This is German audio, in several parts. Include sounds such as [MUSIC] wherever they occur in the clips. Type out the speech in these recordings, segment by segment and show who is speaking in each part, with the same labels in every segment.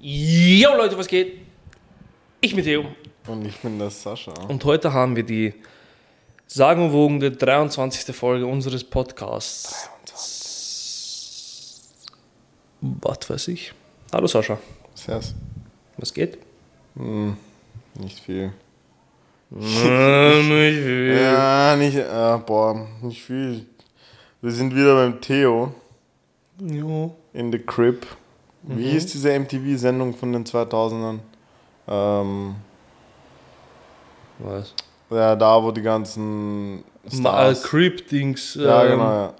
Speaker 1: Jo Leute, was geht? Ich bin Theo
Speaker 2: Und ich bin der Sascha.
Speaker 1: und heute haben wir die sagenwogende 23. Folge unseres Podcasts. Was weiß ich? Hallo Sascha,
Speaker 2: Servus.
Speaker 1: was geht?
Speaker 2: Nicht viel.
Speaker 1: ja.
Speaker 2: Ja, nicht, äh, boah, nicht viel. Wir sind wieder beim Theo in the Crib.
Speaker 1: Mhm.
Speaker 2: Wie ist diese MTV-Sendung von den 2000ern? Ähm,
Speaker 1: Was?
Speaker 2: ja, da, wo die ganzen
Speaker 1: Ma- äh,
Speaker 2: Stars...
Speaker 1: Creep-Dings.
Speaker 2: ja,
Speaker 1: ähm,
Speaker 2: genau,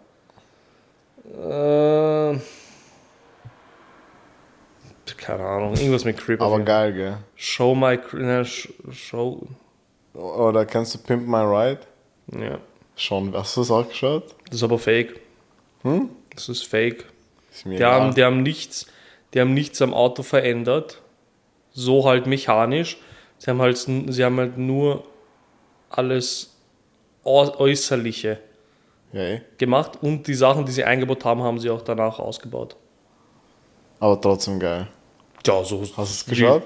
Speaker 2: ja.
Speaker 1: Äh, keine Ahnung, irgendwas mit Creep. auf
Speaker 2: Aber
Speaker 1: jeden
Speaker 2: geil, gell?
Speaker 1: Fall. Show my Cre- ne, sh- Show.
Speaker 2: Oder kennst du Pimp My Ride?
Speaker 1: Ja.
Speaker 2: Schon, hast du das auch geschaut?
Speaker 1: Das ist aber fake.
Speaker 2: Hm?
Speaker 1: Das ist fake.
Speaker 2: Ist mir
Speaker 1: Die haben, die haben nichts, die haben nichts am Auto verändert. So halt mechanisch. Sie haben halt, sie haben halt nur alles Äu- Äußerliche
Speaker 2: ja, eh. ey.
Speaker 1: gemacht und die Sachen, die sie eingebaut haben, haben sie auch danach ausgebaut.
Speaker 2: Aber trotzdem geil.
Speaker 1: Ja, so
Speaker 2: Hast du es geschaut?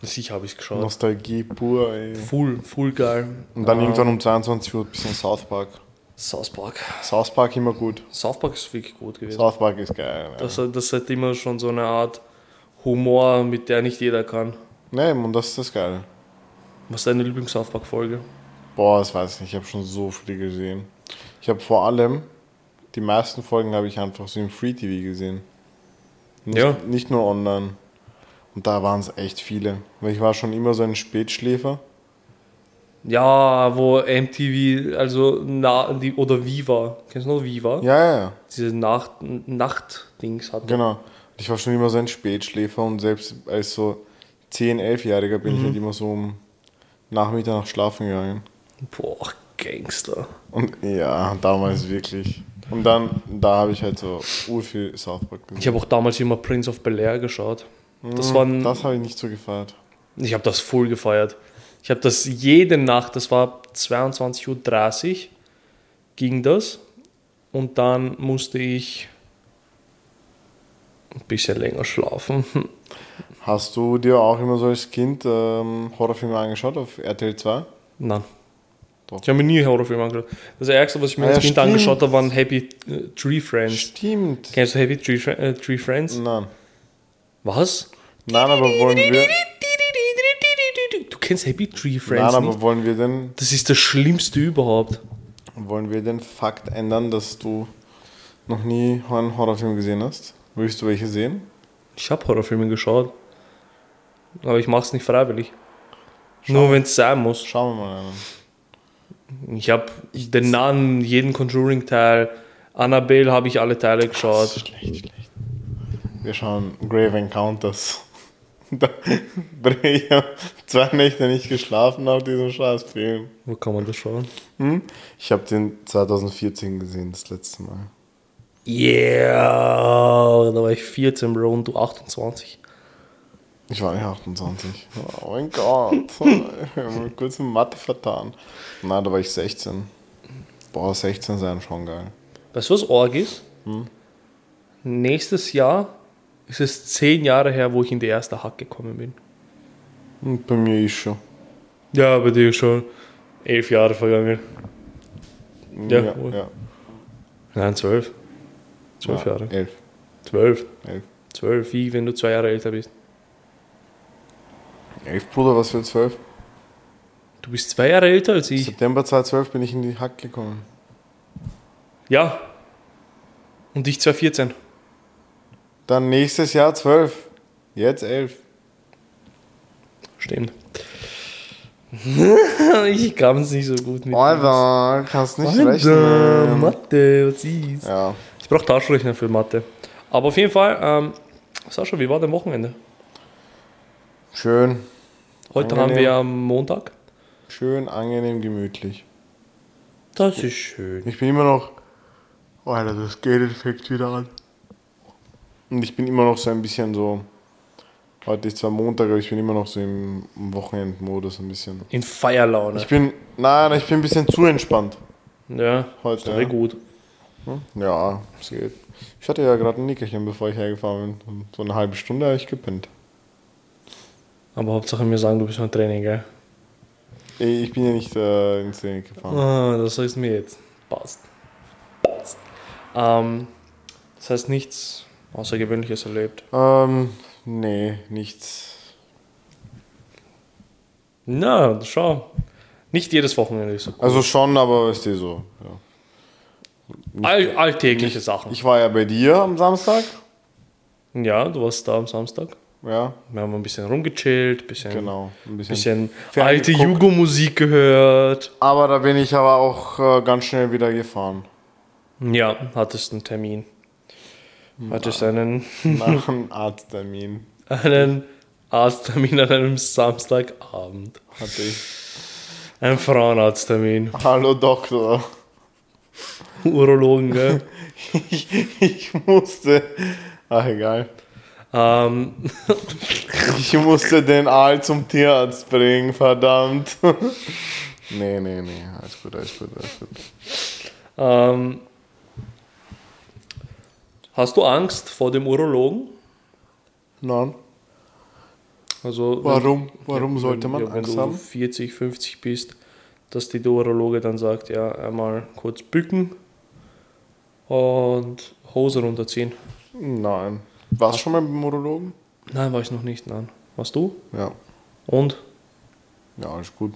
Speaker 1: Sicher habe ich es geschaut.
Speaker 2: Nostalgie pur, ey.
Speaker 1: Full, full geil.
Speaker 2: Und dann
Speaker 1: Ähm,
Speaker 2: irgendwann um 22 Uhr ein bisschen South Park.
Speaker 1: South Park.
Speaker 2: South Park immer gut.
Speaker 1: South Park ist wirklich gut gewesen.
Speaker 2: South Park ist geil. Ja.
Speaker 1: Das, das hat immer schon so eine Art Humor, mit der nicht jeder kann.
Speaker 2: Nee, und das ist das Geile.
Speaker 1: Was ist deine Lieblings-South Park-Folge?
Speaker 2: Boah, das weiß ich nicht. Ich habe schon so viele gesehen. Ich habe vor allem, die meisten Folgen habe ich einfach so im Free TV gesehen. Nicht,
Speaker 1: Ja.
Speaker 2: nicht nur online. Und da waren es echt viele. Weil ich war schon immer so ein Spätschläfer.
Speaker 1: Ja, wo MTV, also na, die, oder Viva. Kennst du noch Viva?
Speaker 2: Ja, ja, ja.
Speaker 1: Diese Nacht, Nachtdings hat.
Speaker 2: Genau. Ich war schon immer so ein Spätschläfer und selbst als so 10-, 11-Jähriger bin
Speaker 1: Mhm.
Speaker 2: ich halt immer so um Nachmittag nach schlafen gegangen.
Speaker 1: Boah, Gangster.
Speaker 2: Und ja, damals wirklich. Und dann, da habe ich halt so ur viel South Park
Speaker 1: Ich
Speaker 2: gesehen. Hm,
Speaker 1: habe auch damals immer Prince of Bel Air geschaut.
Speaker 2: Mhm,
Speaker 1: Das war ein,
Speaker 2: Das habe ich nicht so gefeiert.
Speaker 1: Ich habe das voll gefeiert. Ich habe das jede Nacht, das war 22.30 Uhr, ging das. Und dann musste ich ein bisschen länger schlafen. [LAUGHS]
Speaker 2: Hast du dir auch immer so als Kind ähm, Horrorfilme angeschaut auf RTL 2?
Speaker 1: Nein.
Speaker 2: Doch.
Speaker 1: Ich habe mir nie Horrorfilme angeschaut. Also, Das Ärgste, was ich mir
Speaker 2: Ah,
Speaker 1: als
Speaker 2: ja,
Speaker 1: Kind
Speaker 2: stimmt.
Speaker 1: angeschaut habe, waren Happy äh, Tree Friends.
Speaker 2: Stimmt. Mhm.
Speaker 1: Kennst du Happy Tree, Fri- äh, Tree Friends?
Speaker 2: Nein.
Speaker 1: Was?
Speaker 2: Nein, aber wollen wir,
Speaker 1: Du kennst Happy Tree Friends
Speaker 2: nein,
Speaker 1: nicht?
Speaker 2: aber wollen wir denn,
Speaker 1: Das ist das Schlimmste überhaupt.
Speaker 2: wollen wir den Fakt ändern, dass du noch nie einen Horrorfilm gesehen hast? Willst du welche sehen?
Speaker 1: Ich habe Horrorfilme geschaut. Aber ich mache es nicht freiwillig. Nur wenn es sein muss.
Speaker 2: Schauen wir mal einen.
Speaker 1: Ich habe den Namen, jeden Conjuring-Teil, Annabelle habe ich alle Teile geschaut.
Speaker 2: Schlecht, schlecht. Wir schauen Grave Encounters. [LAUGHS] Da bin ich ja zwei Nächte nicht geschlafen auf diesem Scheißfilm.
Speaker 1: Wo kann man das schauen?
Speaker 2: Hm? Ich habe den 2014 gesehen, das letzte Mal.
Speaker 1: Yeah! Da war ich 14, Bro, und du 28.
Speaker 2: Ich war ja 28. Oh mein Gott. [LAUGHS] Ich habe mir kurz in Mathe vertan. Nein, da war ich 16. Boah, 16 sein schon geil.
Speaker 1: Weißt du, was Org ist? Nächstes Jahr ist es 10 Jahre her, wo ich in die erste Hack gekommen bin.
Speaker 2: Und Hm, bei mir ist schon.
Speaker 1: Ja, bei dir ist schon elf Jahre vergangen. Ja,
Speaker 2: ja.
Speaker 1: wohl.
Speaker 2: ja.
Speaker 1: Nein, zwölf. Zwölf
Speaker 2: ja,
Speaker 1: Jahre.
Speaker 2: Elf.
Speaker 1: Zwölf.
Speaker 2: Elf.
Speaker 1: Zwölf, wie wenn du zwei Jahre älter bist.
Speaker 2: Elf, Bruder, was für 12?
Speaker 1: Du bist zwei Jahre älter als ich.
Speaker 2: September 2012 bin ich in die Hack gekommen.
Speaker 1: Ja. Und ich 2014.
Speaker 2: Dann nächstes Jahr 12. Jetzt 11.
Speaker 1: Stimmt. [LAUGHS] ich kam es nicht so gut mit.
Speaker 2: Alter, kannst nicht
Speaker 1: Alter,
Speaker 2: rechnen.
Speaker 1: Mathe, was ist?
Speaker 2: Ja.
Speaker 1: Ich brauche Taschenrechner für Mathe. Aber auf jeden Fall, ähm, Sascha, wie war dein Wochenende?
Speaker 2: Schön,
Speaker 1: Heute
Speaker 2: Angenehm.
Speaker 1: haben wir am Montag.
Speaker 2: schön, angenehm, gemütlich.
Speaker 1: Das ist schön.
Speaker 2: Ich bin immer noch. Oh, Alter, das Geld fängt wieder an. Und ich bin immer noch so ein bisschen so. Heute ist zwar Montag, aber ich bin immer noch so im Wochenendmodus ein bisschen.
Speaker 1: In Feierlaune.
Speaker 2: Ich bin. Nein, ich bin ein bisschen zu entspannt
Speaker 1: Ja, ist
Speaker 2: heute.
Speaker 1: sehr gut.
Speaker 2: Ja, es geht. Ich hatte ja gerade ein Nickerchen, bevor ich hergefahren bin. Und So eine halbe Stunde habe ich gepennt.
Speaker 1: Aber Hauptsache mir sagen, du bist schon Training, gell?
Speaker 2: Ey, Ich bin ja nicht äh, ins Training gefahren.
Speaker 1: Ah, das heißt mir jetzt. Passt. Passt. Ähm, das heißt nichts Außergewöhnliches erlebt.
Speaker 2: Ähm, nee, nichts.
Speaker 1: Na, schau. Nicht jedes Wochenende ist so gut.
Speaker 2: Also schon, aber ist dir so. Ja.
Speaker 1: All, alltägliche Sachen.
Speaker 2: Ich war ja bei dir am Samstag.
Speaker 1: ja, du warst da am Samstag.
Speaker 2: Ja,
Speaker 1: Wir haben ein bisschen rumgechillt, ein bisschen,
Speaker 2: genau. Ein bisschen.
Speaker 1: bisschen alte
Speaker 2: Ferngeguckt.
Speaker 1: Jugo-Musik gehört.
Speaker 2: Aber da bin ich aber auch äh, ganz schnell
Speaker 1: [LAUGHS]
Speaker 2: wieder gefahren.
Speaker 1: Ja, hattest einen Termin. Hattest einen, [LAUGHS]
Speaker 2: Nach einem Arzttermin
Speaker 1: einen Arzttermin an einem Samstagabend.
Speaker 2: hatte ich.
Speaker 1: Ein Frauenarzttermin.
Speaker 2: Hallo Doktor. [LAUGHS]
Speaker 1: Urologen, gell?
Speaker 2: Ich, ich musste. Ach, egal.
Speaker 1: ähm,
Speaker 2: Ich musste den Aal zum Tierarzt bringen, verdammt. [LAUGHS] Nee, nee, nee. Alles gut, alles gut, alles gut.
Speaker 1: ähm, hast du Angst vor dem Urologen?
Speaker 2: Nein.
Speaker 1: Also,
Speaker 2: Warum? Warum
Speaker 1: wenn-
Speaker 2: sollte man
Speaker 1: ja, wenn
Speaker 2: Angst
Speaker 1: du
Speaker 2: haben?
Speaker 1: 40, 50 bist, dass die der Urologe dann sagt, ja, einmal kurz bücken und Hose runterziehen.
Speaker 2: Nein. Warst du schon mal beim Urologen?
Speaker 1: Nein, war ich noch nicht, nein. Warst du?
Speaker 2: Ja.
Speaker 1: Und?
Speaker 2: Ja, alles gut.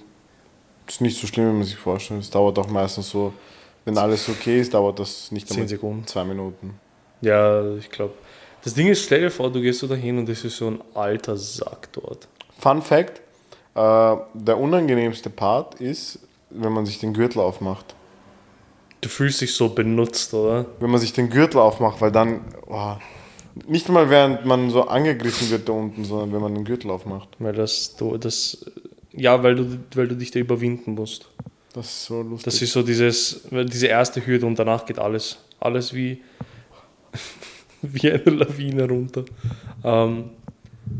Speaker 2: Ist nicht so schlimm, wie man sich vorstellt. Es dauert auch meistens so, wenn alles okay ist, dauert das nicht
Speaker 1: Zehn
Speaker 2: einmal
Speaker 1: Sekunden.
Speaker 2: zwei Minuten.
Speaker 1: Ja, ich glaube. Das Ding ist, stell dir vor, du gehst so dahin und es ist so ein alter Sack dort.
Speaker 2: Fun Fact: äh, Der unangenehmste Part ist, wenn man sich den Gürtel aufmacht.
Speaker 1: Du fühlst dich so benutzt, oder?
Speaker 2: wenn man sich den Gürtel aufmacht, weil dann, oh, nicht mal während man so angegriffen wird da unten, sondern wenn man den Gürtel aufmacht.
Speaker 1: Weil das, du, das, ja, weil du, weil du dich da überwinden musst.
Speaker 2: Das ist so lustig.
Speaker 1: Das ist so dieses, diese erste Hürde und danach geht alles. Alles wie, [LAUGHS] wie eine Lawine runter. Ähm,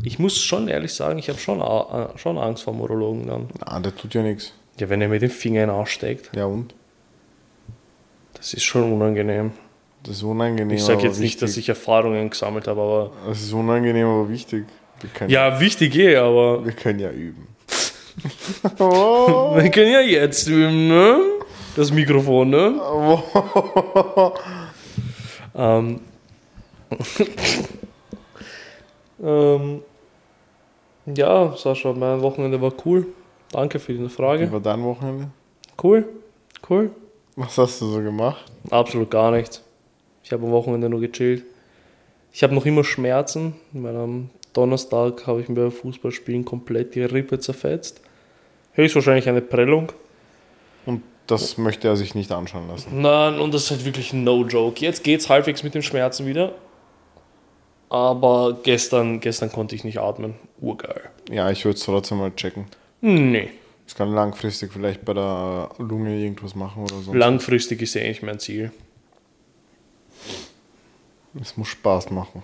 Speaker 1: ich muss schon ehrlich sagen, ich habe schon, a- äh, schon Angst vor dem Urologen dann.
Speaker 2: ah, der tut ja nichts.
Speaker 1: Ja, wenn er mir den Finger in den Arsch steckt,
Speaker 2: Ja und?
Speaker 1: das ist schon unangenehm.
Speaker 2: Das ist unangenehm.
Speaker 1: Ich sage
Speaker 2: aber
Speaker 1: jetzt nicht,
Speaker 2: wichtig.
Speaker 1: dass ich Erfahrungen gesammelt habe, aber.
Speaker 2: Das ist unangenehm, aber wichtig. Wir können ja,
Speaker 1: Ja, wichtig eh, aber.
Speaker 2: wir können ja
Speaker 1: [LAUGHS]
Speaker 2: üben. oh,
Speaker 1: Wir können ja jetzt üben, ne? Das Mikrofon, ne? Ähm. ähm. Ja, Sascha, mein Wochenende war cool. Danke für die
Speaker 2: wie
Speaker 1: Frage.
Speaker 2: war dein Wochenende?
Speaker 1: Cool, cool.
Speaker 2: Was hast du so gemacht?
Speaker 1: Absolut gar nichts. Ich habe am Wochenende nur gechillt. Ich habe noch immer Schmerzen, weil am Donnerstag habe ich mir beim Fußballspielen komplett die Rippe zerfetzt. Höchstwahrscheinlich eine Prellung.
Speaker 2: Und das möchte er sich nicht anschauen lassen.
Speaker 1: Nein, und das ist halt wirklich ein No-Joke. Jetzt geht's halbwegs mit den Schmerzen wieder. Aber gestern, gestern konnte ich nicht atmen. Urgeil.
Speaker 2: Ja, ich würde es trotzdem mal checken.
Speaker 1: Nee.
Speaker 2: Ich kann langfristig vielleicht bei der Lunge irgendwas machen oder so.
Speaker 1: Langfristig ist ja eigentlich mein Ziel.
Speaker 2: Es muss Spaß machen.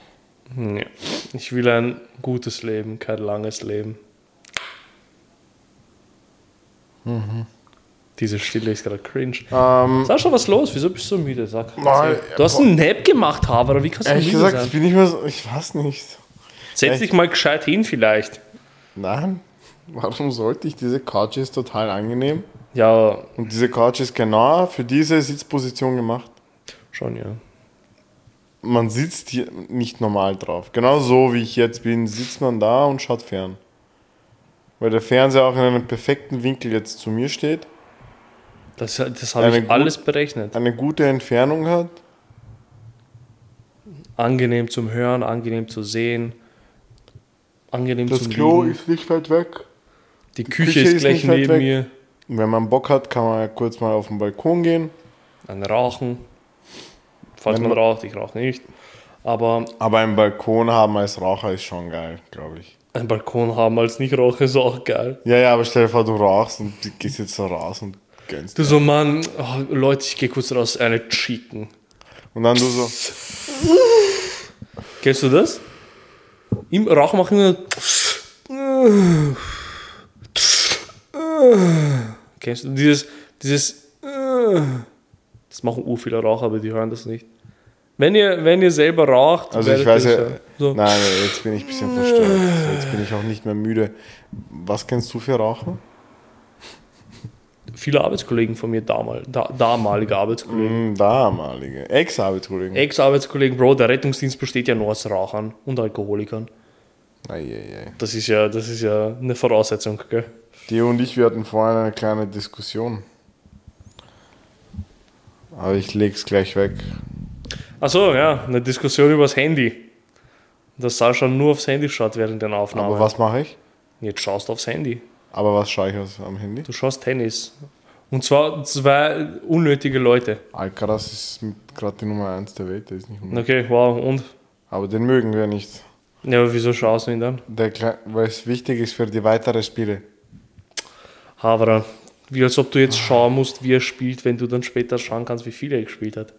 Speaker 1: Nee. Ich will ein gutes Leben, kein langes Leben.
Speaker 2: Mhm.
Speaker 1: Diese Stille ist gerade cringe.
Speaker 2: Ähm,
Speaker 1: Sascha, was ist los? Wieso bist du so müde? Sag.
Speaker 2: Nein, äh,
Speaker 1: erzähl. du hast einen Nap gemacht, Haber. Wie kannst du
Speaker 2: Ehrlich
Speaker 1: müde
Speaker 2: gesagt, ich
Speaker 1: sein?
Speaker 2: bin nicht mehr so. Ich weiß nicht.
Speaker 1: Setz
Speaker 2: echt-
Speaker 1: dich mal gescheit hin vielleicht.
Speaker 2: Nein. Warum sollte ich? Diese Couch ist total angenehm.
Speaker 1: Ja,
Speaker 2: Und diese Couch ist genau für diese Sitzposition gemacht.
Speaker 1: schon ja.
Speaker 2: Man sitzt hier nicht normal drauf. Genau so wie ich jetzt bin, sitzt man da und schaut fern. Weil der Fernseher auch in einem perfekten Winkel jetzt zu mir steht,
Speaker 1: Das, das habe
Speaker 2: Eine
Speaker 1: ich
Speaker 2: gut-
Speaker 1: alles berechnet.
Speaker 2: eine gute Entfernung hat.
Speaker 1: Angenehm zum Hören, angenehm zu sehen, angenehm
Speaker 2: Das
Speaker 1: zum
Speaker 2: Klo
Speaker 1: Liegen.
Speaker 2: ist nicht weit weg.
Speaker 1: Die Küche, ist gleich
Speaker 2: nicht weit
Speaker 1: neben
Speaker 2: weg.
Speaker 1: mir.
Speaker 2: Und wenn man Bock hat, kann man ja kurz mal auf den Balkon gehen.
Speaker 1: Ein Rauchen. Falls
Speaker 2: Wenn
Speaker 1: man
Speaker 2: man-
Speaker 1: raucht, ich rauche nicht. Aber
Speaker 2: Aber einen Balkon haben als Raucher ist schon geil, glaube ich.
Speaker 1: einen Balkon haben als Nichtraucher ist auch geil.
Speaker 2: Ja, ja, aber stell dir vor, du rauchst und du gehst jetzt so raus und gönnst.
Speaker 1: Du so, Mann, oh, Leute, ich gehe kurz raus, eine Chicken.
Speaker 2: Und dann du so,
Speaker 1: Kennst du das? Im Rauchen machen wir. Kennst du dieses, dieses. Das machen ur viele Raucher, aber die hören das nicht. Wenn ihr, wenn ihr selber raucht,
Speaker 2: Also
Speaker 1: werdet
Speaker 2: ich weiß
Speaker 1: ihr
Speaker 2: ja,
Speaker 1: es So.
Speaker 2: nein, jetzt bin ich ein bisschen verstört. So, Jetzt bin ich auch nicht mehr müde. Was kennst du für Raucher?
Speaker 1: Viele Arbeitskollegen von mir, damal, da, damalige Arbeitskollegen,
Speaker 2: Hm, damalige. Ex-Arbeitskollegen.
Speaker 1: Ex-Arbeitskollegen, Bro, der Rettungsdienst besteht ja nur aus Rauchern und Alkoholikern.
Speaker 2: Eieiei.
Speaker 1: Das ist ja, das ist ja eine Voraussetzung, gell?
Speaker 2: Theo und ich, wir hatten vorhin eine kleine Diskussion. Aber ich leg's gleich weg.
Speaker 1: Achso, ja, eine Diskussion übers Handy. Dass Sascha nur aufs Handy schaut während den Aufnahmen.
Speaker 2: Aber was mache ich?
Speaker 1: Jetzt schaust du aufs Handy.
Speaker 2: Aber was schaue ich aus am Handy?
Speaker 1: Du schaust Tennis. Und zwar zwei unnötige Leute.
Speaker 2: Alcaraz ist gerade die Nummer 1 der Welt, der ist nicht unnötig.
Speaker 1: Okay, wow, und?
Speaker 2: Aber den mögen wir nicht.
Speaker 1: Ja, aber wieso schaust du ihn dann?
Speaker 2: Der Kle weil es wichtig ist für die weiteren Spiele.
Speaker 1: Havra, wie als ob du jetzt schauen musst, wie er spielt, wenn du dann später schauen kannst, wie viel er gespielt hat.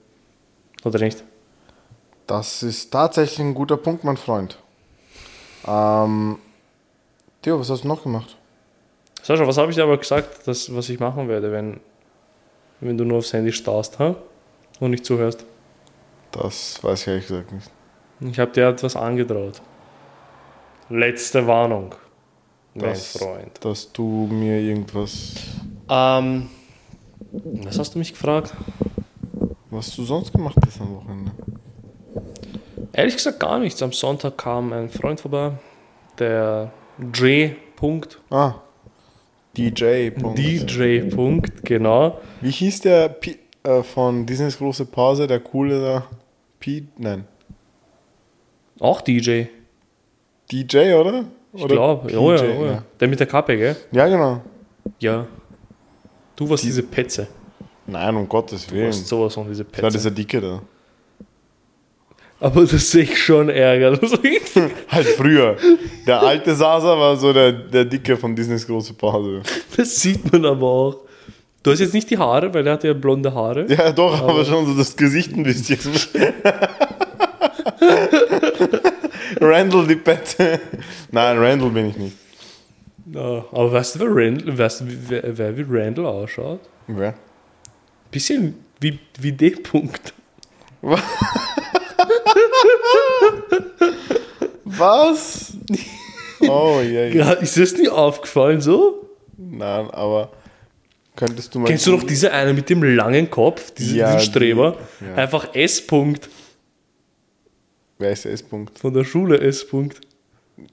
Speaker 1: Oder nicht?
Speaker 2: Das ist tatsächlich ein guter Punkt, mein Freund. Ähm, Theo, was hast du noch gemacht?
Speaker 1: Sascha, was habe ich dir aber gesagt, dass, was ich machen werde, wenn, wenn du nur aufs Handy starrst ha? und nicht zuhörst?
Speaker 2: Das weiß ich ehrlich gesagt nicht.
Speaker 1: Ich habe dir etwas angetraut. Letzte Warnung, mein
Speaker 2: Das-
Speaker 1: Freund.
Speaker 2: Dass du mir irgendwas,
Speaker 1: Ähm, was hast du mich gefragt?
Speaker 2: was du sonst gemacht hast am Wochenende.
Speaker 1: Ehrlich gesagt gar nichts. Am Sonntag kam ein Freund vorbei, der J. Punkt,
Speaker 2: Ah, DJ.
Speaker 1: DJ. Punkt, genau.
Speaker 2: Wie hieß der Pi äh, von Disneys große Pause, der coole da? Pi, nein.
Speaker 1: Auch DJ.
Speaker 2: DJ, oder?
Speaker 1: Ich glaube, ja, oh ja, ja. Der mit der Kappe, gell?
Speaker 2: Ja, genau.
Speaker 1: Ja. Du warst diese Petze.
Speaker 2: Nein, um Gottes
Speaker 1: Du
Speaker 2: Willen.
Speaker 1: warst sowas von diese
Speaker 2: Das ist
Speaker 1: Petze.
Speaker 2: der Dicke da.
Speaker 1: Aber das sehe ich schon Ärger. Das ist-
Speaker 2: Halt früher. Der alte Sasa war so der, der Dicke von Disneys große Pause.
Speaker 1: [LAUGHS] das sieht man aber auch. Du hast jetzt nicht die Haare, weil er hat ja blonde Haare.
Speaker 2: Ja, doch, aber, schon so das Gesicht
Speaker 1: [LAUGHS]
Speaker 2: ein bisschen. Randall die Pette. Nein, Randall bin ich nicht.
Speaker 1: Ja, Aber weißt du, wer, Randall, weißt du wie- wer, wer wie Randall ausschaut?
Speaker 2: Wer?
Speaker 1: Bisschen wie, wie D-Punkt. [LAUGHS]
Speaker 2: Was? Oh je.
Speaker 1: Ja, ist das nicht aufgefallen so?
Speaker 2: Nein, aber könntest du mal.
Speaker 1: Kennst du noch diese eine mit dem langen Kopf, diese,
Speaker 2: Ja,
Speaker 1: diesen
Speaker 2: die-
Speaker 1: Streber?
Speaker 2: ja.
Speaker 1: Einfach S-Punkt
Speaker 2: Wer ist der S-Punkt?
Speaker 1: von der Schule S-Punkt. [LAUGHS]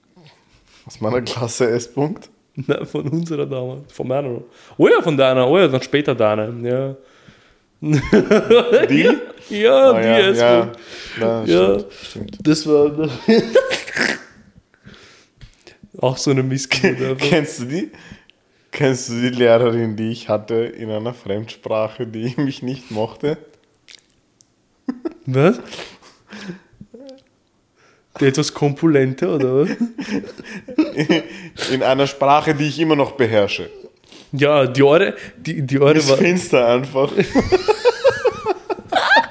Speaker 2: Aus meiner Klasse S-Punkt?
Speaker 1: Nein, von unserer damals. Von meiner. Oh ja, von deiner. Oh ja, dann später deine. Ja.
Speaker 2: Die?
Speaker 1: Ja,
Speaker 2: Ah,
Speaker 1: die
Speaker 2: ja, ja.
Speaker 1: S-Punkt.
Speaker 2: Na,
Speaker 1: Ja.
Speaker 2: Stimmt, stimmt.
Speaker 1: Das war. Das
Speaker 2: [LAUGHS]
Speaker 1: Auch so eine
Speaker 2: [LAUGHS]
Speaker 1: Missgeburt. einfach.
Speaker 2: Kennst du die? Kennst du die Lehrerin, die ich hatte in einer Fremdsprache, die mich
Speaker 1: [LAUGHS]
Speaker 2: nicht mochte?
Speaker 1: was? Die etwas kompulente, oder was?
Speaker 2: In einer Sprache, die ich immer noch beherrsche.
Speaker 1: Ja, die Ohren. Die, die Ohren
Speaker 2: Miss
Speaker 1: war.
Speaker 2: Fenster
Speaker 1: [LAUGHS]
Speaker 2: einfach. Miss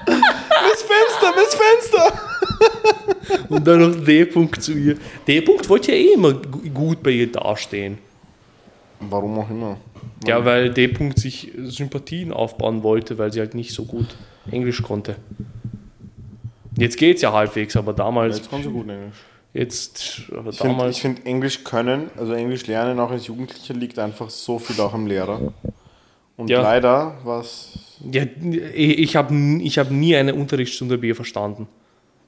Speaker 2: Fenster, Miss Fenster!
Speaker 1: Und dann noch D-Punkt zu ihr. D-Punkt wollte ja eh immer gu- gut bei ihr dastehen.
Speaker 2: Warum auch immer.
Speaker 1: Ja, weil D-Punkt sich Sympathien aufbauen wollte, weil sie halt nicht so gut Englisch konnte. Jetzt geht's ja halbwegs, aber damals.
Speaker 2: Jetzt kann sie gut Englisch.
Speaker 1: Jetzt, aber
Speaker 2: Ich finde,
Speaker 1: damals.
Speaker 2: ich find, Englisch können, also Englisch lernen auch als Jugendlicher liegt einfach so viel auch am Lehrer. Und
Speaker 1: Ja.
Speaker 2: leider was
Speaker 1: ja, ich ich habe ich hab nie eine Unterrichtsstunde bei ihr verstanden.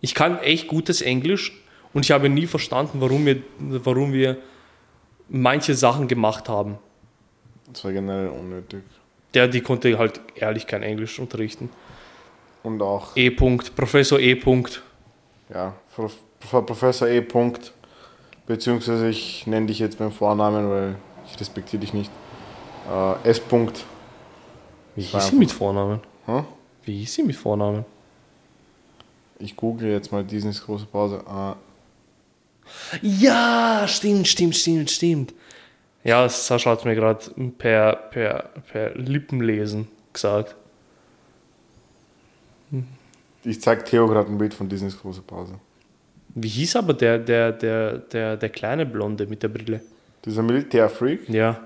Speaker 1: Ich kann echt gutes Englisch und ich habe nie verstanden, warum wir, warum wir manche Sachen gemacht haben.
Speaker 2: das war generell unnötig.
Speaker 1: Der, die konnte halt ehrlich kein Englisch unterrichten.
Speaker 2: Und auch
Speaker 1: E. -Punkt, Professor E. -Punkt.
Speaker 2: ja, Frau Frau Professor E. Punkt, beziehungsweise ich nenne dich jetzt beim Vornamen, weil ich respektiere dich nicht. Äh, S. Punkt.
Speaker 1: Wie hieß
Speaker 2: war
Speaker 1: sie mit Vornamen?
Speaker 2: Hm?
Speaker 1: Wie hieß sie mit Vornamen?
Speaker 2: Ich google jetzt mal Disneys große Pause. Ah,
Speaker 1: Ja, stimmt, stimmt, stimmt, stimmt. Ja, Sascha hat mir gerade per, per, per Lippenlesen gesagt.
Speaker 2: ich zeig Theo gerade ein Bild von Disneys große Pause.
Speaker 1: Wie hieß aber der, der, der, der, der kleine Blonde mit der Brille?
Speaker 2: Dieser Militärfreak?
Speaker 1: Ja.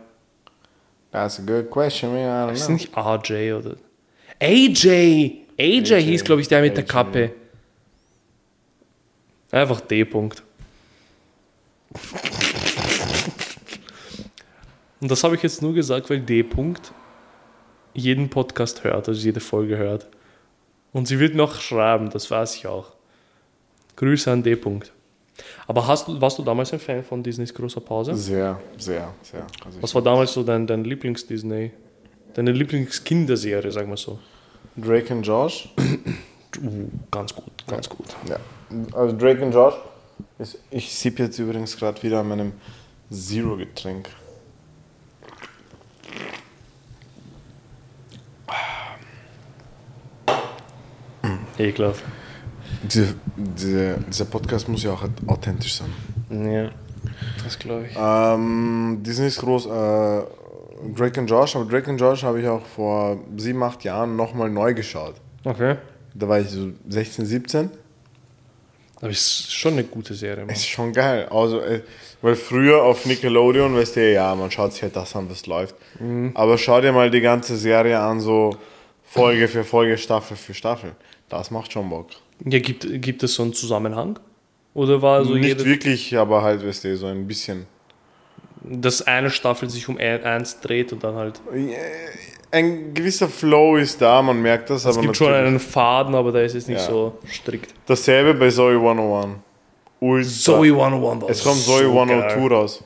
Speaker 2: That's a good question, man. I
Speaker 1: Ist
Speaker 2: don't
Speaker 1: es
Speaker 2: know.
Speaker 1: nicht RJ oder. AJ! AJ, hieß, glaube ich, der mit der
Speaker 2: AJ.
Speaker 1: Kappe. Einfach D-Punkt. Und das habe ich jetzt nur gesagt, weil D-Punkt jeden Podcast hört, also jede Folge hört. Und sie wird mir auch schreiben, das weiß ich auch. Grüße an D-Punkt. Aber hast, du- warst du damals ein Fan von Disneys großer Pause?
Speaker 2: Sehr, sehr, sehr. Also
Speaker 1: Was war damals so dein, dein Lieblings-Disney? Deine Lieblings-Kinderserie, sagen wir so.
Speaker 2: ich- Drake und Josh.
Speaker 1: Uh, ganz gut, ganz gut.
Speaker 2: Ja. Also Drake und Josh. Ist, ich sieb jetzt übrigens gerade wieder an meinem Zero-Getränk.
Speaker 1: Ekelhaft.
Speaker 2: Diese, diese, dieser Podcast muss ja auch authentisch sein.
Speaker 1: Ja, das glaube ich.
Speaker 2: Ähm, Disney ist groß. Äh, Drake und Josh, aber Drake und Josh habe ich auch vor sieben, acht Jahren nochmal neu geschaut.
Speaker 1: Okay.
Speaker 2: Da war ich so 16, 17.
Speaker 1: Aber ist schon eine gute Serie. Mann.
Speaker 2: Ist schon geil. Also, äh, weil früher auf Nickelodeon, weißt du, ja, man schaut sich halt das an, was läuft.
Speaker 1: Mhm.
Speaker 2: Aber schau dir mal die ganze Serie an, so Folge für Folge, Staffel für Staffel. Das macht schon Bock.
Speaker 1: Ja, gibt, gibt es so einen Zusammenhang? Oder war so
Speaker 2: Nicht
Speaker 1: Also jede,
Speaker 2: wirklich, aber halt, weißt du, so ein bisschen.
Speaker 1: dass eine Staffel sich um ein- eins dreht und dann halt.
Speaker 2: Ein gewisser Flow ist da, man merkt das,
Speaker 1: Es
Speaker 2: aber
Speaker 1: gibt schon
Speaker 2: natürlich-
Speaker 1: einen Faden, aber da ist es nicht
Speaker 2: Ja.
Speaker 1: so strikt.
Speaker 2: Dasselbe bei Zoe 101. Ultra.
Speaker 1: Zoe 101 war
Speaker 2: es kommt Zoe 102
Speaker 1: geil.
Speaker 2: raus.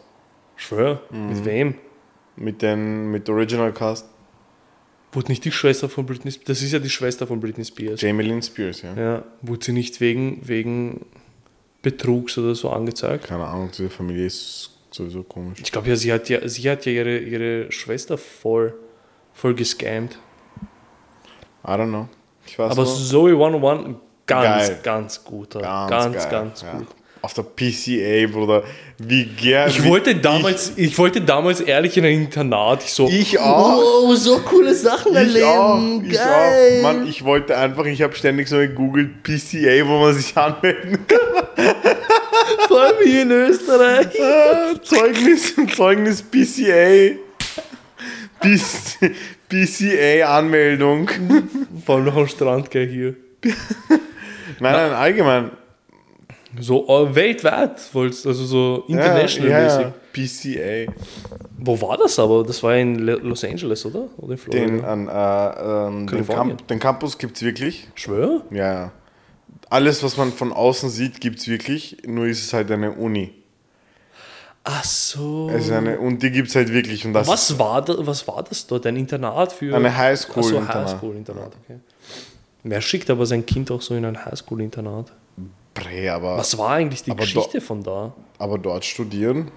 Speaker 1: Schwör, Mhm. mit wem?
Speaker 2: Mit den, mit Original Cast.
Speaker 1: Wurde nicht die Schwester von Britney Spears? Das ist ja die Schwester von Britney Spears.
Speaker 2: Jamie Lynn Spears, ja.
Speaker 1: Ja, wurde sie nicht wegen, wegen Betrugs oder so angezeigt?
Speaker 2: Keine Ahnung, diese Familie ist sowieso komisch.
Speaker 1: Ich glaube ja, sie hat ja, sie hat ja ihre, ihre Schwester voll, voll gescammt.
Speaker 2: I don't know. Ich weiß
Speaker 1: Aber
Speaker 2: nur,
Speaker 1: Zoe 101, ganz,
Speaker 2: Geil.
Speaker 1: ganz guter. Ganz, ganz,
Speaker 2: geil, ja.
Speaker 1: gut.
Speaker 2: Auf der PCA, Bruder. Wie gern.
Speaker 1: Ich
Speaker 2: wie,
Speaker 1: wollte, damals, ich, wollte damals ehrlich in ein Internat. Ich so,
Speaker 2: Ich auch.
Speaker 3: Oh, so coole Sachen
Speaker 2: Ich auch,
Speaker 3: erleben.
Speaker 2: ich
Speaker 3: Geil.
Speaker 1: [LAUGHS]
Speaker 2: auch. Mann, ich wollte einfach, ich habe ständig so gegoogelt PCA, wo man sich anmelden kann.
Speaker 3: Vor allem hier in Österreich.
Speaker 2: Ah, Zeugnis, [LAUGHS] Zeugnis PCA. PCA-Anmeldung. Nein,
Speaker 1: [LAUGHS] vor allem noch am Strand, gell, hier.
Speaker 2: nein, allgemein.
Speaker 1: So oh, weltweit, wollt's- also so international-mäßig.
Speaker 2: Ja, ja, PCA.
Speaker 1: Wo war das aber? Das war in Le- Los Angeles, oder? Oder in Florida?
Speaker 2: Den, an, äh, ähm, den,
Speaker 1: Kalifornien.
Speaker 2: Camp den Campus gibt's wirklich.
Speaker 1: Schwör?
Speaker 2: Ja, ja. Alles, was man von außen sieht, gibt's wirklich. Nur ist es halt eine Uni.
Speaker 1: Ach so.
Speaker 2: Es ist eine, und die gibt's halt wirklich. Und das ist
Speaker 1: was, war da, was war das dort? Ein Internat für.
Speaker 2: eine Highschool.
Speaker 1: Ach so,
Speaker 2: Internat.
Speaker 1: Highschool-Internat, okay. Wer schickt aber sein Kind auch so in ein Highschool-Internat?
Speaker 2: Prä, aber,
Speaker 1: Was war eigentlich die
Speaker 2: Aber
Speaker 1: Geschichte von da?
Speaker 2: aber dort studieren,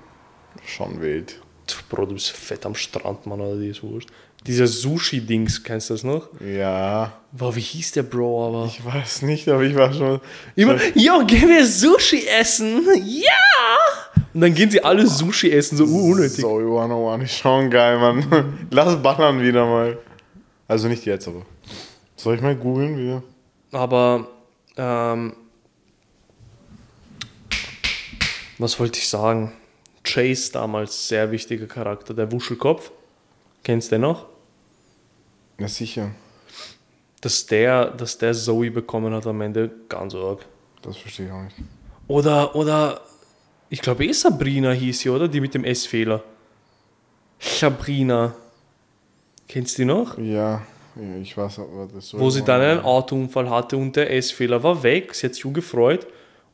Speaker 2: schon wild.
Speaker 1: Tch, Bro, du bist fett am Strand, Mann, oder die ist wurscht. Dieser Sushi-Dings, kennst du das noch?
Speaker 2: Ja,
Speaker 1: Boah, wie hieß der Bro aber?
Speaker 2: ich weiß nicht, aber ich war schon.
Speaker 1: Immer, yo, gehen wir Sushi essen? Ja! Und dann gehen sie alle Sushi essen, so uh, unnötig.
Speaker 2: So, 101 ist schon
Speaker 1: [LAUGHS]
Speaker 2: geil, Mann. Lass ballern wieder mal. Also nicht jetzt, aber. Soll ich mal googeln wieder?
Speaker 1: Aber, ähm, was wollte ich sagen? Chase damals, sehr wichtiger Charakter, der Wuschelkopf. Kennst du den noch?
Speaker 2: Ja, sicher.
Speaker 1: Dass der, dass der Zoe bekommen hat am Ende, ganz arg.
Speaker 2: Das verstehe ich auch nicht.
Speaker 1: Oder, oder, ich glaube eh Sabrina hieß sie, oder? Die mit dem S-Fehler. Sabrina. Kennst du die noch?
Speaker 2: Ja, ja, ich weiß aber das soll
Speaker 1: Wo sie
Speaker 2: man-
Speaker 1: dann einen Autounfall hatte und der S-Fehler war weg. Sie hat sich gefreut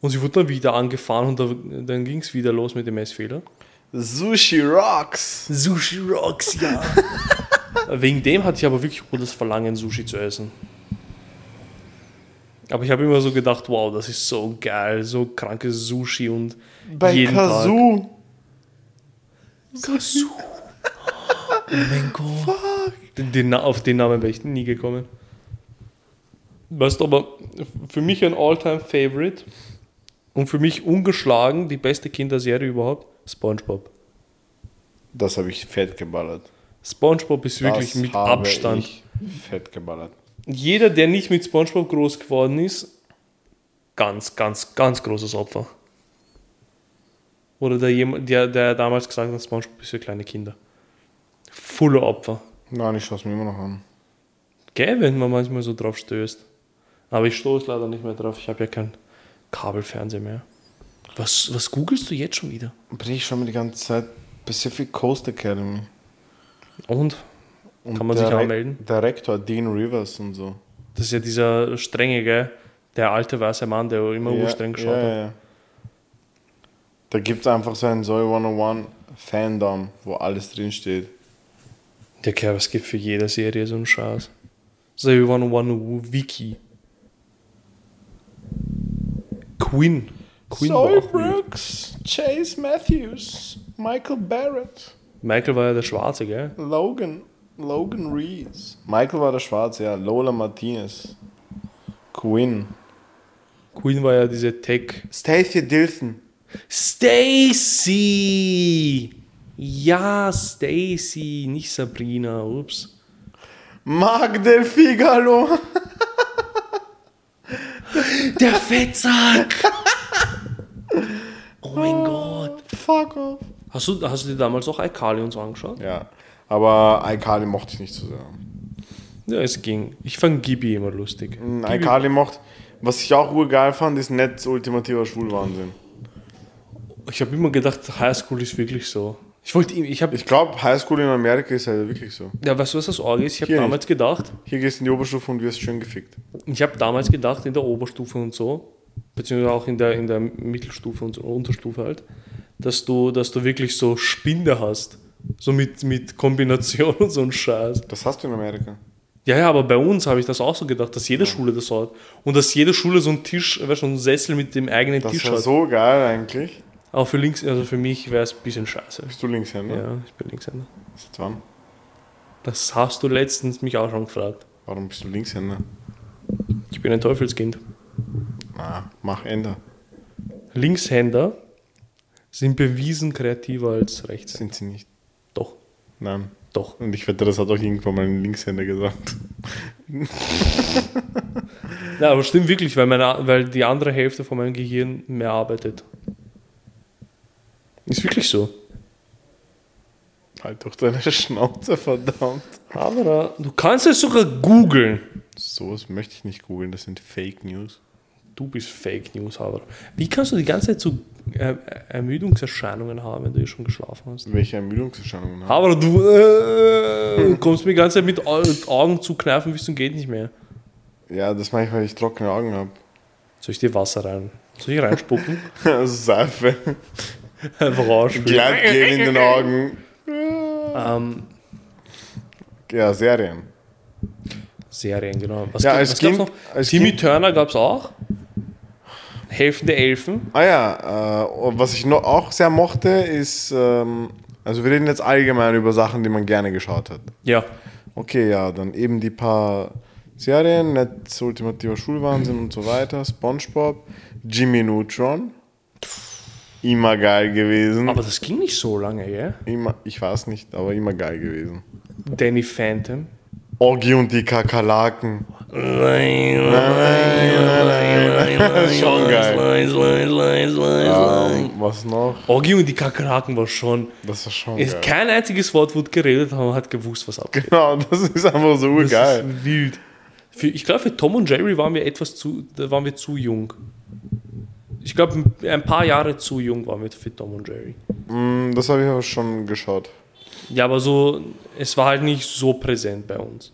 Speaker 1: und sie wurde dann wieder angefahren und da, dann ging es wieder los mit dem S-Fehler.
Speaker 2: Sushi Rocks!
Speaker 1: Sushi Rocks, ja. [LAUGHS] Wegen dem hatte ich aber wirklich das Verlangen, Sushi zu essen. Aber ich habe immer so gedacht, wow, das ist so geil, so krankes Sushi und
Speaker 2: Bei
Speaker 1: jeden Tag.
Speaker 2: Kazoo!
Speaker 1: Kazoo. Oh mein Gott. Den, den, Na- auf den Namen wäre ich nie gekommen. Weißt du, aber für mich ein All-Time-Favorite und für mich ungeschlagen die beste Kinderserie überhaupt, SpongeBob.
Speaker 2: Das habe ich fett geballert.
Speaker 1: SpongeBob ist wirklich
Speaker 2: das
Speaker 1: mit
Speaker 2: habe
Speaker 1: Abstand.
Speaker 2: Ich fett geballert.
Speaker 1: Jeder, der nicht mit SpongeBob groß geworden ist, ganz, ganz, ganz großes Opfer. Oder der, jemand, der, der damals gesagt hat, SpongeBob ist für kleine Kinder. Fulle Opfer.
Speaker 2: Nein, ich schaue es mir immer noch an.
Speaker 1: Gell, wenn man manchmal so drauf stößt. Aber ich stoße leider nicht mehr drauf, ich habe ja kein, Kabelfernseher mehr. Was, was googelst du jetzt schon wieder?
Speaker 2: Bin ich schon mal die ganze Zeit Pacific Coast Academy.
Speaker 1: Und?
Speaker 2: Und
Speaker 1: Kann man
Speaker 2: der
Speaker 1: sich
Speaker 2: Re-
Speaker 1: anmelden?
Speaker 2: Der Rektor, Dean Rivers und so.
Speaker 1: Das ist ja dieser strenge, gell? Der alte weiße Mann, der immer urstreng geschaut
Speaker 2: ja,
Speaker 1: hat.
Speaker 2: ja. Da gibt es einfach so ein Zoe 101 Fandom, wo alles drinsteht.
Speaker 1: Der Kerl, es gibt für jede Serie so einen Scheiß. The One One Wiki. Queen. Queen war auch wild.
Speaker 2: Brooks, Chase Matthews, Michael Barrett,
Speaker 1: Michael war ja der Schwarze, gell?
Speaker 2: Logan, Logan Rees. Michael war der Schwarze, ja. Lola Martinez. Quinn.
Speaker 1: Queen war ja diese Tech.
Speaker 2: Stacy Dilson.
Speaker 1: Stacy! Ja, Stacy, nicht Sabrina, ups.
Speaker 2: Marc Del Figaro. [LAUGHS]
Speaker 1: Der [LAUGHS] Fettsack! oh mein Gott.
Speaker 2: Fuck off.
Speaker 1: Hast du, hast du dir damals auch iCarly und so angeschaut?
Speaker 2: Ja, aber Aikali mochte ich nicht so sehr.
Speaker 1: Ja, es ging. Ich fand Gibi immer lustig.
Speaker 2: Mm, Aikali mochte, was ich auch urgeil fand, ist Netz ultimativer Schwulwahnsinn.
Speaker 1: Ich habe immer gedacht, Highschool ist wirklich so. Ich wollte ihm, ich habe,
Speaker 2: Ich glaube, Highschool in Amerika ist halt wirklich so.
Speaker 1: ja, weißt du, was das Orge ist? Ich habe
Speaker 2: Hier
Speaker 1: damals gedacht,
Speaker 2: Hier gehst du in die Oberstufe und wirst schön gefickt.
Speaker 1: ich habe damals gedacht, in der Oberstufe und so, beziehungsweise auch in der, in der Mittelstufe und so, Unterstufe halt, dass du, dass du wirklich so Spinde hast. So mit, mit Kombination und so ein Scheiß.
Speaker 2: Das hast du in Amerika.
Speaker 1: Ja, ja, aber bei uns habe ich das auch so gedacht, dass jede Schule das hat. Und dass jede Schule so einen Tisch, weißt du, so einen Sessel mit dem eigenen
Speaker 2: Das
Speaker 1: Tisch
Speaker 2: war
Speaker 1: hat.
Speaker 2: so geil eigentlich.
Speaker 1: Aber für links, also für mich wäre es ein bisschen scheiße.
Speaker 2: Bist du Linkshänder?
Speaker 1: Ja, ich bin Linkshänder.
Speaker 2: Seit wann?
Speaker 1: Das hast du letztens mich auch schon gefragt.
Speaker 2: Warum bist du Linkshänder?
Speaker 1: Ich bin ein Teufelskind.
Speaker 2: Na, mach Ender.
Speaker 1: Linkshänder sind bewiesen kreativer als Rechtshänder.
Speaker 2: Sind sie nicht.
Speaker 1: Doch,
Speaker 2: Nein.
Speaker 1: doch.
Speaker 2: Und ich wette, das hat auch irgendwann mal ein Linkshänder gesagt. [LAUGHS]
Speaker 1: Ja, aber stimmt wirklich, weil, meine, weil die andere Hälfte von meinem Gehirn mehr arbeitet. Ist wirklich so.
Speaker 2: Halt doch deine Schnauze, verdammt.
Speaker 1: Aber äh, du kannst es sogar googeln.
Speaker 2: So was möchte ich nicht googeln, das sind Fake News.
Speaker 1: Du bist Fake News, aber. Wie kannst du die ganze Zeit so äh, Ermüdungserscheinungen haben, wenn du eh schon geschlafen hast?
Speaker 2: Welche Ermüdungserscheinungen haben?
Speaker 1: Aber du äh, kommst mir die ganze Zeit mit Au- Augen zukneifen, bis zum geht nicht mehr.
Speaker 2: Ja, das mache ich, weil ich trockene Augen [LAUGHS] habe.
Speaker 1: Soll ich dir Wasser rein? Soll ich [LAUGHS] reinspucken?
Speaker 2: Also Seife.
Speaker 1: Einfach rausspülen.
Speaker 2: Gleitgel in den Augen.
Speaker 1: Ähm,
Speaker 2: Ja, Serien.
Speaker 1: Serien, genau. Was,
Speaker 2: Ja,
Speaker 1: gab-
Speaker 2: als
Speaker 1: was gab's
Speaker 2: Kind-
Speaker 1: noch?
Speaker 2: als
Speaker 1: Timmy
Speaker 2: Kind-
Speaker 1: Turner gab es auch. Helfen der Elfen.
Speaker 2: Ah ja, äh, was ich noch auch sehr mochte, ist, ähm, also wir reden jetzt allgemein über Sachen, die man gerne geschaut hat.
Speaker 1: Ja.
Speaker 2: Okay, ja, dann eben die paar Serien, Netz, ultimativer Schulwahnsinn und so weiter, Spongebob, Jimmy Neutron. Immer geil gewesen.
Speaker 1: Aber das ging nicht so lange, gell?
Speaker 2: Immer, ich weiß nicht, aber immer geil gewesen.
Speaker 1: Danny Phantom.
Speaker 2: Orgi und die Kakerlaken. Schon geil. Ähm, was noch?
Speaker 1: Orgi und die Kakerlaken war schon.
Speaker 2: Das war schon
Speaker 1: Es,
Speaker 2: geil.
Speaker 1: Kein einziges Wort wurde geredet, aber man hat gewusst, was abgeht.
Speaker 2: [LAUGHS] Genau, das ist einfach so
Speaker 1: Das
Speaker 2: geil.
Speaker 1: ist wild. Für, ich glaube, für Tom und Jerry waren wir etwas zu, da waren wir zu jung. Ich glaube, ein paar Jahre zu jung waren wir für Tom und Jerry.
Speaker 2: Mm, Das habe ich aber schon geschaut.
Speaker 1: Ja, aber so, es war halt nicht so präsent bei uns.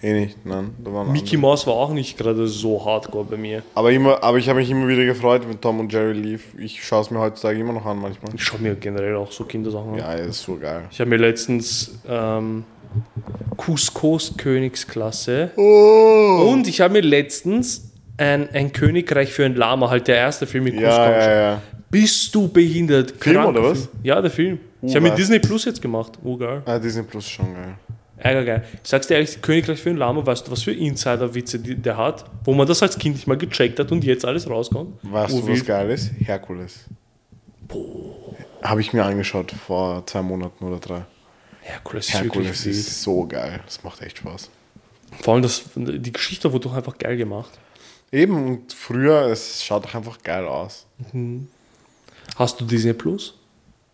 Speaker 2: Eh nicht, nein. Da waren
Speaker 1: Mickey
Speaker 2: andere.
Speaker 1: Mouse war auch nicht gerade so hardcore bei mir.
Speaker 2: aber, immer, aber ich habe mich immer wieder gefreut, wenn Tom und Jerry lief. Ich schaue es mir heutzutage immer noch an manchmal.
Speaker 1: Ich schaue mir generell auch so Kindersachen an.
Speaker 2: Ja, ey, ist so geil.
Speaker 1: Ich habe mir letztens ähm, Cuscos Königsklasse
Speaker 2: Oh.
Speaker 1: und ich habe mir letztens ein, ein Königreich für ein Lama, halt der erste Film mit Cusco
Speaker 2: Ja,
Speaker 1: angeschaut.
Speaker 2: ja, ja.
Speaker 1: Bist du behindert?
Speaker 2: Film
Speaker 1: Kranker
Speaker 2: oder was? Oh,
Speaker 1: Film. Ja, der Film. ich habe
Speaker 2: Urgeil.
Speaker 1: mit Disney Plus jetzt gemacht. Oh, geil.
Speaker 2: Ah, Disney Plus ist schon geil.
Speaker 1: Ärger, geil. Ich sag's dir ehrlich, Königreich für den Lama, weißt du, was für Insider-Witze die- der hat, wo man das als Kind nicht mal gecheckt hat und jetzt alles rauskommt? Oh,
Speaker 2: Weißt du, was
Speaker 1: Urwild.
Speaker 2: geil ist? Herkules. Habe ich mir angeschaut vor zwei Monaten oder drei.
Speaker 1: Herkules ist
Speaker 2: Herkules
Speaker 1: wirklich wild.
Speaker 2: ist so geil. Das macht echt Spaß.
Speaker 1: Vor allem das, die Geschichte wurde doch einfach geil gemacht.
Speaker 2: Eben, und früher, es schaut doch einfach geil aus.
Speaker 1: Mhm. Hast du Disney Plus?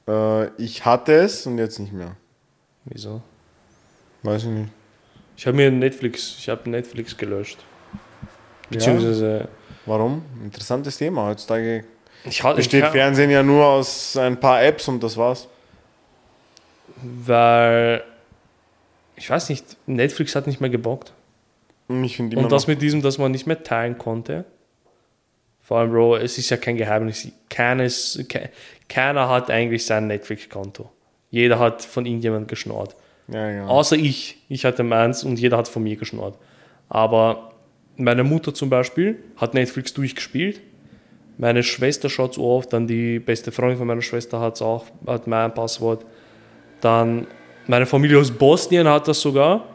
Speaker 2: Äh, ich hatte es und jetzt nicht mehr.
Speaker 1: Wieso?
Speaker 2: Weiß ich nicht.
Speaker 1: Ich habe mir Netflix, ich habe Netflix gelöscht. Beziehungsweise
Speaker 2: Warum? Interessantes Thema. Heutzutage
Speaker 1: Ich hatte
Speaker 2: besteht Fernsehen ja nur aus ein paar Apps und das war's.
Speaker 1: weil ich weiß nicht, Netflix hat nicht mehr gebockt.
Speaker 2: Und Ich finde immer
Speaker 1: Und das
Speaker 2: noch,
Speaker 1: mit diesem, dass man nicht mehr teilen konnte. Vor allem, Bro, es ist ja kein Geheimnis. Keines, ke keiner hat eigentlich sein Netflix-Konto. Jeder hat von irgendjemandem geschnurrt.
Speaker 2: ja, ja.
Speaker 1: Außer ich. Ich hatte meins und jeder hat von mir geschnurrt. Aber meine Mutter zum Beispiel hat Netflix durchgespielt. Meine Schwester schaut so auf, dann die beste Freundin von meiner Schwester hat's auch, hat mein Passwort. Dann meine Familie aus Bosnien hat das sogar.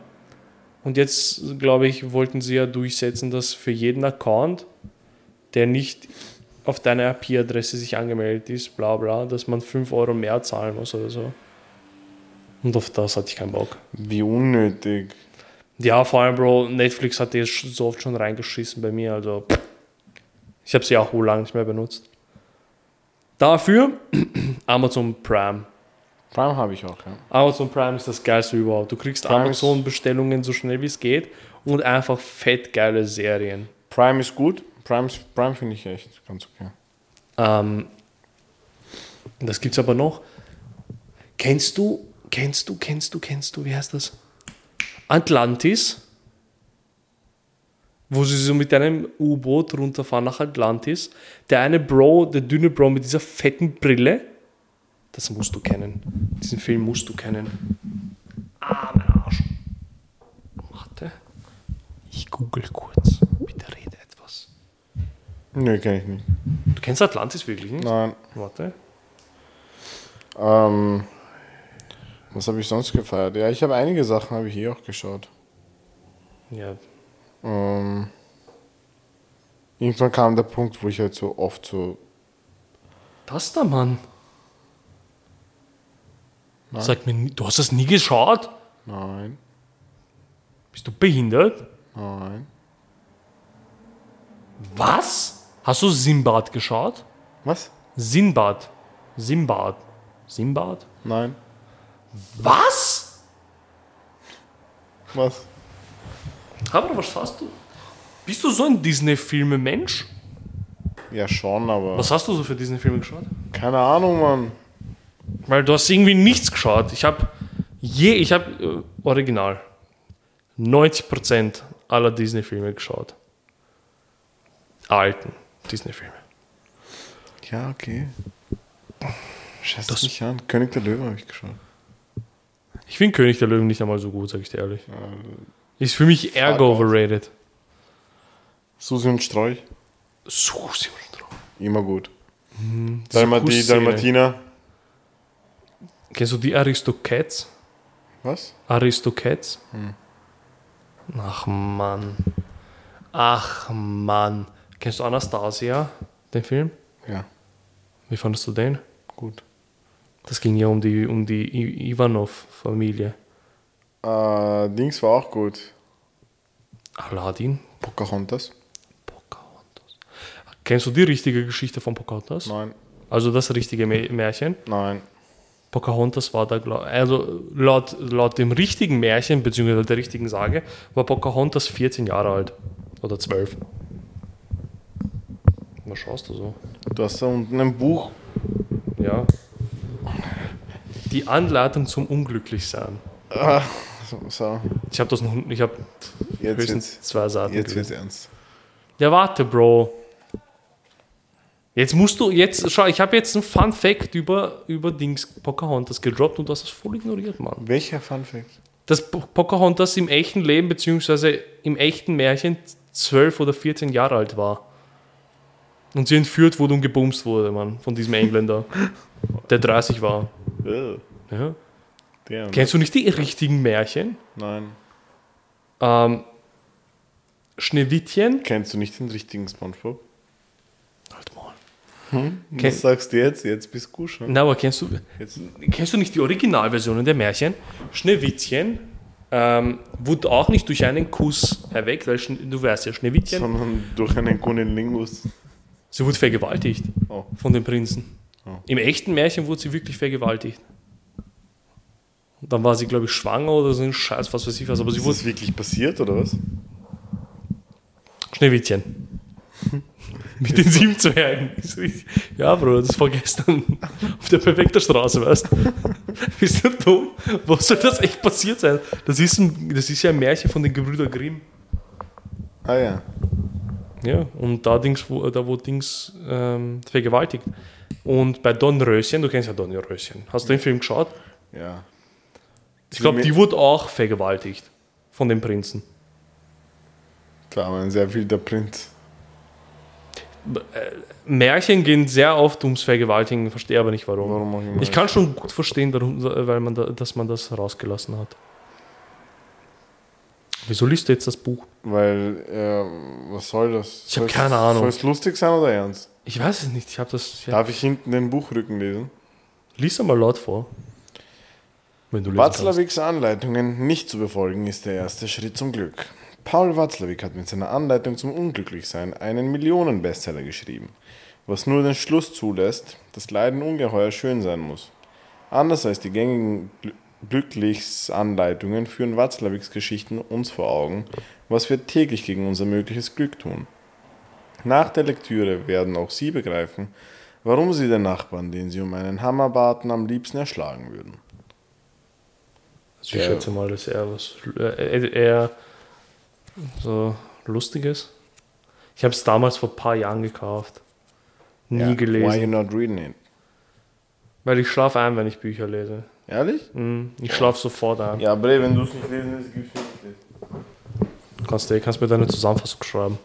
Speaker 1: Und jetzt, glaube ich, wollten sie ja durchsetzen, dass für jeden Account, der nicht auf deine IP-Adresse sich angemeldet ist, bla bla, dass man 5 Euro mehr zahlen muss oder so. Und auf das hatte ich keinen Bock.
Speaker 2: Wie unnötig.
Speaker 1: Ja, vor allem, Bro, Netflix hat jetzt so oft schon reingeschissen bei mir. Also, pff. ich habe sie auch wohl lange nicht mehr benutzt. Dafür [CLEARS THROAT] Amazon Prime.
Speaker 2: Prime habe ich auch, ja.
Speaker 1: Amazon Prime ist das Geilste überhaupt. Du kriegst
Speaker 2: Prime ist-
Speaker 1: Amazon-Bestellungen so schnell wie es geht und einfach fettgeile Serien.
Speaker 2: Prime ist gut. Prime, ist- Prime finde ich echt ganz okay.
Speaker 1: Ähm, das gibt's aber noch. Kennst du, kennst du, kennst du, kennst du, wie heißt das? Atlantis? Wo sie so mit einem U-Boot runterfahren nach Atlantis. Der eine Bro, der dünne Bro mit dieser fetten Brille. Das musst du kennen. Diesen Film musst du kennen. Ah, mein Arsch. Warte. Ich google kurz. Bitte rede etwas.
Speaker 2: Nö, kenne ich nicht.
Speaker 1: Du kennst Atlantis wirklich nicht?
Speaker 2: Nein.
Speaker 1: Warte.
Speaker 2: Ähm, was habe ich sonst gefeiert? Ja, ich habe einige Sachen habe ich eh auch geschaut.
Speaker 1: Ja,
Speaker 2: Ähm, irgendwann kam der Punkt, wo ich halt so oft so
Speaker 1: das da, Mann. Sag mir, nie- du hast das nie geschaut?
Speaker 2: nein,
Speaker 1: Bist du behindert?
Speaker 2: nein.
Speaker 1: Was? Hast du Simbad geschaut?
Speaker 2: Was?
Speaker 1: Sinbad. Simbad. Simbad?
Speaker 2: Nein.
Speaker 1: Was?
Speaker 2: Was?
Speaker 1: Aber was hast du? Bist du so ein Disney-Filme-Mensch?
Speaker 2: Ja, schon, aber
Speaker 1: Was hast du so für Disney-Filme geschaut?
Speaker 2: keine Ahnung, Mann.
Speaker 1: Weil du hast irgendwie nichts geschaut. Ich habe je, ich habe äh, original 90% aller Disney-Filme geschaut. Alten Disney-Filme.
Speaker 2: Ja, okay. Scheiß
Speaker 1: Das-
Speaker 2: das nicht an. König der Löwe habe ich geschaut.
Speaker 1: Ich finde König der Löwen nicht einmal so gut, sag ich dir ehrlich. Ist für mich ergo
Speaker 2: also off.
Speaker 1: overrated.
Speaker 2: Susi und Strolch,
Speaker 1: Susi und Strauch.
Speaker 2: immer gut. Mhm.
Speaker 1: Diese
Speaker 2: Dalmati,
Speaker 1: Kussszene.
Speaker 2: Dalmatiner.
Speaker 1: Kennst du die Aristocats?
Speaker 2: Was?
Speaker 1: Aristocats?
Speaker 2: Hm.
Speaker 1: Ach Mann. Ach Mann. Kennst du Anastasia, den Film?
Speaker 2: Ja,
Speaker 1: Wie fandest du den?
Speaker 2: gut.
Speaker 1: Das ging ja um die, um die I- Ivanov-Familie.
Speaker 2: Äh, Dings war auch gut.
Speaker 1: Aladdin?
Speaker 2: Pocahontas?
Speaker 1: Pocahontas. Kennst du die richtige Geschichte von Pocahontas?
Speaker 2: Nein,
Speaker 1: Also das richtige Mä- Märchen?
Speaker 2: nein.
Speaker 1: Pocahontas war da, glaub- also laut, laut dem richtigen Märchen, beziehungsweise der richtigen Sage, war Pocahontas 14 Jahre alt. Oder 12. Was schaust du so?
Speaker 2: Du hast da unten ein Buch.
Speaker 1: Ja. Die Anleitung zum Unglücklichsein.
Speaker 2: So, so.
Speaker 1: Ich habe das noch, ich habe
Speaker 2: Jetzt
Speaker 1: höchstens
Speaker 2: wird's-
Speaker 1: zwei Seiten.
Speaker 2: jetzt
Speaker 1: gelesen.
Speaker 2: wird's ernst.
Speaker 1: Ja, warte, Bro. Jetzt musst du, jetzt, schau, ich habe jetzt einen Fun Fact über, über Dings Pocahontas gedroppt und du hast das voll ignoriert, Mann.
Speaker 2: Welcher Funfact?
Speaker 1: Dass Po- Pocahontas im echten Leben, beziehungsweise im echten Märchen 12 oder 14 Jahre alt war. Und sie entführt wurde und gebumst wurde, Mann, von diesem [LAUGHS] Engländer, der 30 war. Ja.
Speaker 2: Damn.
Speaker 1: Kennst du nicht die richtigen Märchen?
Speaker 2: Nein.
Speaker 1: Ähm, Schneewittchen.
Speaker 2: Kennst du nicht den richtigen Spongebob?
Speaker 1: Halt mal. Ken-
Speaker 2: Was sagst du jetzt? Jetzt bist du schon.
Speaker 1: Na, aber kennst du,
Speaker 2: Jetzt.
Speaker 1: Kennst du nicht die Originalversionen der Märchen? Schneewittchen ähm, wurde auch nicht durch einen Kuss erweckt, weil Schne du weißt ja, Schneewittchen,
Speaker 2: Sondern durch einen Kunilingus.
Speaker 1: sie wurde vergewaltigt
Speaker 2: Oh.
Speaker 1: von dem Prinzen.
Speaker 2: Oh.
Speaker 1: Im echten Märchen wurde sie wirklich vergewaltigt. Und Dann war sie, glaube ich, schwanger oder so ein Scheiß, was weiß ich was, aber sie
Speaker 2: Ist
Speaker 1: wurde
Speaker 2: das wirklich passiert oder was?
Speaker 1: Schneewittchen. Mit den sieben Zwergen. Ja, Bro, das war gestern [LAUGHS] auf der perfekten Straße, weißt du? [LAUGHS] Bist du dumm? Was soll das echt passiert sein? Das ist, ein, das ist ja ein Märchen von den Gebrüdern Grimm.
Speaker 2: Ah ja.
Speaker 1: Ja, und da, Dings, wo, da wurde Dings ähm, vergewaltigt. Und bei Don Röschen, du kennst ja Don Röschen, hast du den Film geschaut?
Speaker 2: Ja.
Speaker 1: Ich glaube, die wurde auch vergewaltigt von dem Prinzen.
Speaker 2: Klar, man, sehr viel der Prinz.
Speaker 1: Märchen gehen sehr oft ums Vergewaltigen, verstehe aber nicht warum.
Speaker 2: Warum auch immer.
Speaker 1: Ich kann schon gut verstehen, darum, weil man da, dass man das rausgelassen hat. Wieso liest du jetzt das Buch?
Speaker 2: Weil, äh, was soll das?
Speaker 1: Ich hab
Speaker 2: Soll's-
Speaker 1: keine Ahnung.
Speaker 2: Soll es lustig sein oder ernst?
Speaker 1: Ich weiß es nicht, ich habe das. Ich hab,
Speaker 2: Darf ich hinten den Buchrücken lesen?
Speaker 1: lies einmal laut vor. Wenn du lesen kannst.
Speaker 2: Watzlawicks Anleitungen nicht zu befolgen ist der erste Schritt zum Glück. Paul Watzlawick hat mit seiner Anleitung zum Unglücklichsein einen Millionen-Bestseller geschrieben, was nur den Schluss zulässt, dass Leiden ungeheuer schön sein muss. Anders als die gängigen Gl- Glücklichsanleitungen führen Watzlawicks Geschichten uns vor Augen, was wir täglich gegen unser mögliches Glück tun. Nach der Lektüre werden auch Sie begreifen, warum Sie den Nachbarn, den Sie um einen Hammer baten, am liebsten erschlagen würden.
Speaker 1: Also ich schätze mal, dass er was äh, eher so Lustiges. Ich habe es damals vor ein paar Jahren gekauft. Nie
Speaker 2: Ja, Why you
Speaker 1: gelesen.
Speaker 2: not reading it?
Speaker 1: Weil ich schlafe ein, wenn ich Bücher lese.
Speaker 2: Ehrlich?
Speaker 1: Hm, Ich schlafe sofort ein.
Speaker 2: Ja, Bre, wenn du es nicht lesen willst, gibst du es nicht.
Speaker 1: Kannst du kannst mir deine Zusammenfassung schreiben.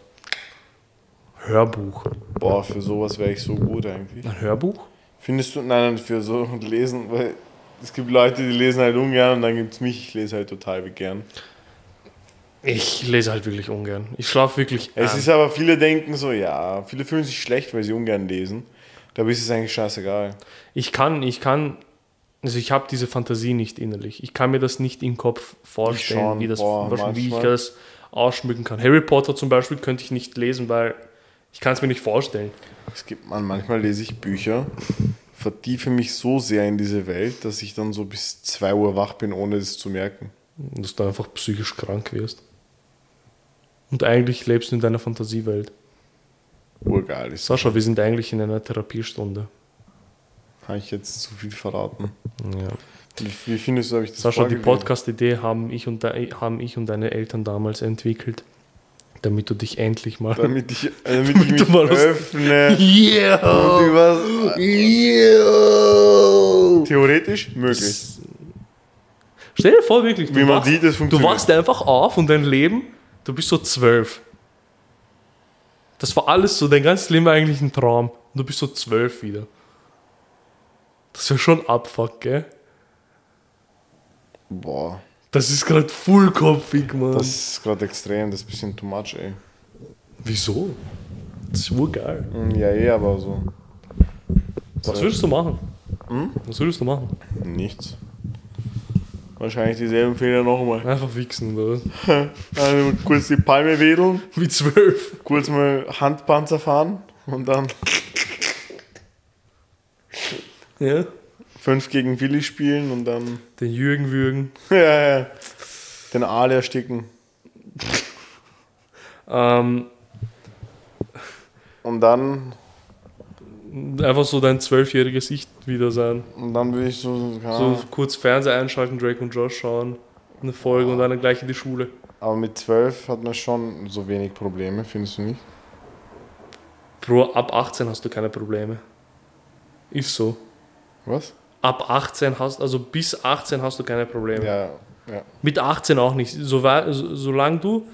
Speaker 1: Hörbuch.
Speaker 2: Boah, für sowas wäre ich so gut eigentlich.
Speaker 1: Ein Hörbuch?
Speaker 2: Findest du, nein, nein, für so [LAUGHS] lesen, weil es gibt Leute, die lesen halt ungern und dann gibt es mich, ich lese halt total gern.
Speaker 1: Ich lese halt wirklich ungern. Ich schlafe wirklich.
Speaker 2: Es
Speaker 1: ein.
Speaker 2: ist aber, viele denken so, ja, viele fühlen sich schlecht, weil sie ungern lesen. Dabei ist es eigentlich scheißegal.
Speaker 1: ich kann, ich kann, also ich habe diese Fantasie nicht innerlich. Ich kann mir das nicht im Kopf vorstellen,
Speaker 2: schon,
Speaker 1: wie, das,
Speaker 2: boah,
Speaker 1: wahrscheinlich- wie ich
Speaker 2: manchmal.
Speaker 1: das ausschmücken kann. Harry Potter zum Beispiel könnte ich nicht lesen, weil ich kann es mir nicht vorstellen.
Speaker 2: Es gibt, man, manchmal lese ich Bücher, vertiefe mich so sehr in diese Welt, dass ich dann so bis 2 Uhr wach bin, ohne es zu merken.
Speaker 1: Dass du einfach psychisch krank wirst. Und eigentlich lebst du in deiner Fantasiewelt.
Speaker 2: Urgeil ist.
Speaker 1: Sascha, wir sind eigentlich in einer Therapiestunde.
Speaker 2: Habe ich jetzt zu viel verraten.
Speaker 1: Ja.
Speaker 2: Wie, wie findest du, habe ich das
Speaker 1: Sascha, die
Speaker 2: vorgelesen?
Speaker 1: Podcast-Idee haben, ich und de- haben ich und deine Eltern damals entwickelt, damit du dich endlich mal. [LAUGHS]
Speaker 2: Damit ich, damit
Speaker 1: Damit
Speaker 2: ich
Speaker 1: du
Speaker 2: mich
Speaker 1: mal was- [LAUGHS]
Speaker 2: öffne.
Speaker 1: Yeah!
Speaker 2: Und übers-
Speaker 3: Yo.
Speaker 2: Theoretisch möglich.
Speaker 1: Stell dir vor, wirklich, du,
Speaker 2: Wie man
Speaker 1: wachst,
Speaker 2: sieht, es
Speaker 1: du
Speaker 2: funktioniert.
Speaker 1: wachst einfach auf und dein Leben, du bist so zwölf. Das war alles so, dein ganzes Leben war eigentlich ein Traum. Und du bist so zwölf wieder. Das wäre schon abfuck, gell?
Speaker 2: Boah,
Speaker 1: Das ist gerade fullkopfig, Mann.
Speaker 2: das ist gerade extrem, das ist ein bisschen too much, ey.
Speaker 1: Wieso? Das ist urgeil.
Speaker 2: Hm, Ja, eh, aber so.
Speaker 1: Was würdest du machen?
Speaker 2: Hm?
Speaker 1: Was würdest du machen?
Speaker 2: Nichts. Wahrscheinlich dieselben Fehler nochmal.
Speaker 1: Einfach wichsen, oder? was?
Speaker 2: Also kurz die Palme wedeln,
Speaker 1: Wie zwölf.
Speaker 2: kurz mal Handpanzer fahren und dann
Speaker 1: Ja?
Speaker 2: 5 gegen Willi spielen und dann [LAUGHS]
Speaker 1: Den Jürgen würgen.
Speaker 2: ja, ja, den Aal ersticken.
Speaker 1: Ähm,
Speaker 2: Und dann,
Speaker 1: einfach so dein zwölfjähriges Ich wieder sein.
Speaker 2: und dann will ich so, keine
Speaker 1: So
Speaker 2: Ahnung,
Speaker 1: kurz Fernseher einschalten, Drake und Josh schauen, eine Folge und dann gleich in die Schule.
Speaker 2: Aber mit 12 hat man schon so wenig Probleme, findest du nicht?
Speaker 1: Bro, ab 18 hast du keine Probleme. Ist so.
Speaker 2: Was?
Speaker 1: Ab 18 hast, also bis 18 hast du keine Probleme.
Speaker 2: Ja, ja.
Speaker 1: Mit 18 auch nicht. So, wa- so, solange du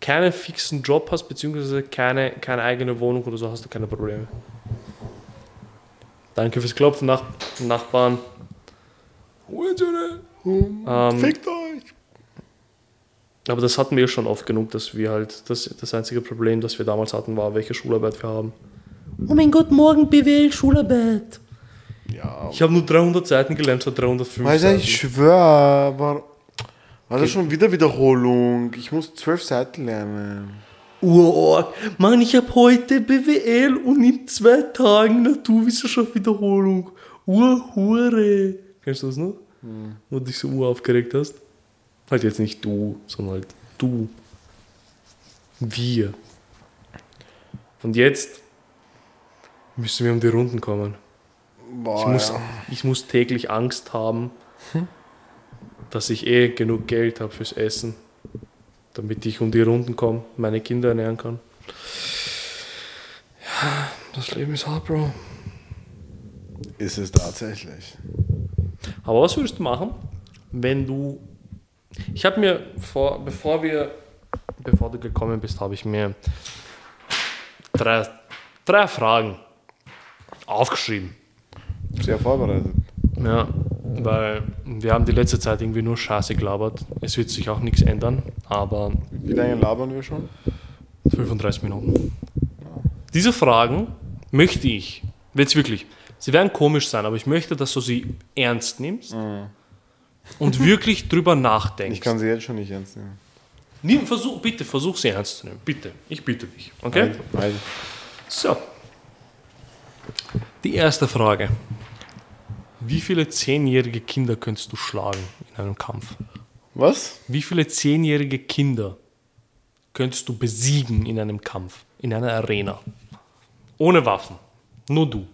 Speaker 1: keinen fixen Job hast, beziehungsweise keine, keine eigene Wohnung oder so, hast du keine Probleme. Danke fürs Klopfen, Nach Nachbarn. Ähm,
Speaker 2: Fickt euch!
Speaker 1: Aber das hatten wir schon oft genug, dass wir halt, das, das einzige Problem, das wir damals hatten, war, welche Schularbeit wir haben.
Speaker 3: Oh mein Gott, morgen BWL Schularbeit.
Speaker 2: Ja.
Speaker 1: Ich habe nur 300 Seiten gelernt, statt 305
Speaker 2: Alter,
Speaker 1: Seiten.
Speaker 2: ich schwöre, aber. Alter, schon wieder Wiederholung. Ich muss 12 Seiten lernen.
Speaker 3: Urorg.
Speaker 1: Mann, ich habe heute BWL und in zwei Tagen Naturwissenschaft Wiederholung. Urhure. Kennst du das noch? Wo du dich so uraufgeregt hast? Halt jetzt nicht du, sondern halt du. Wir. Und jetzt müssen wir um die Runden kommen.
Speaker 2: Boah,
Speaker 1: Ich muss,
Speaker 2: ja.
Speaker 1: ich muss täglich Angst haben, Hm? dass ich eh genug Geld habe fürs Essen, damit ich um die Runden komme, meine Kinder ernähren kann. Ja, das Leben ist hart, Bro.
Speaker 2: Ist es tatsächlich.
Speaker 1: Aber was würdest du machen, wenn du. Ich habe mir vor, bevor wir, bevor du gekommen bist, habe ich mir drei, drei Fragen aufgeschrieben.
Speaker 2: Sehr vorbereitet.
Speaker 1: Ja, weil wir haben die letzte Zeit irgendwie nur Scheiße gelabert. Es wird sich auch nichts ändern, aber
Speaker 2: Wie lange labern wir schon?
Speaker 1: 35 Minuten. Diese Fragen möchte ich, jetzt wirklich, sie werden komisch sein, aber ich möchte, dass du sie ernst nimmst und wirklich drüber nachdenkst.
Speaker 2: Mhm. Ich kann sie jetzt schon nicht ernst nehmen.
Speaker 1: Nimm, versuch, bitte, versuch sie ernst zu nehmen. Bitte, ich bitte dich. Okay?
Speaker 2: Also, also.
Speaker 1: So. Die erste Frage. Wie viele zehnjährige Kinder könntest du schlagen in einem Kampf?
Speaker 2: Was?
Speaker 1: Wie viele zehnjährige Kinder könntest du besiegen in einem Kampf, in einer Arena? Ohne Waffen. Nur du.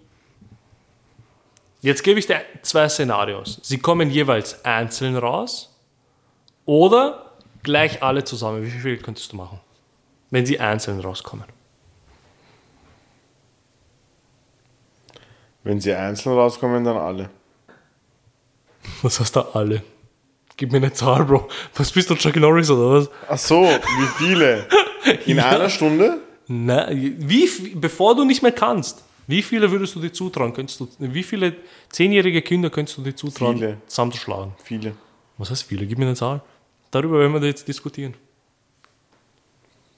Speaker 1: Jetzt gebe ich dir zwei Szenarios. Sie kommen jeweils einzeln raus oder gleich alle zusammen. Wie viel könntest du machen, wenn sie einzeln rauskommen?
Speaker 2: Wenn sie einzeln rauskommen, dann alle.
Speaker 1: Was hast du alle? Gib mir eine Zahl, Bro. Was bist du, Chuck Norris oder was?
Speaker 2: Ach so, wie
Speaker 1: [LAUGHS]
Speaker 2: viele? In einer Stunde?
Speaker 1: Na, wie, f- bevor du nicht mehr kannst, wie viele würdest du dir zutrauen? Könntest du, wie viele zehnjährige Kinder könntest du dir zutrauen,
Speaker 2: Viele.
Speaker 1: zusammenzuschlagen?
Speaker 2: Viele.
Speaker 1: Was heißt viele? Gib mir eine Zahl. Darüber werden wir jetzt diskutieren.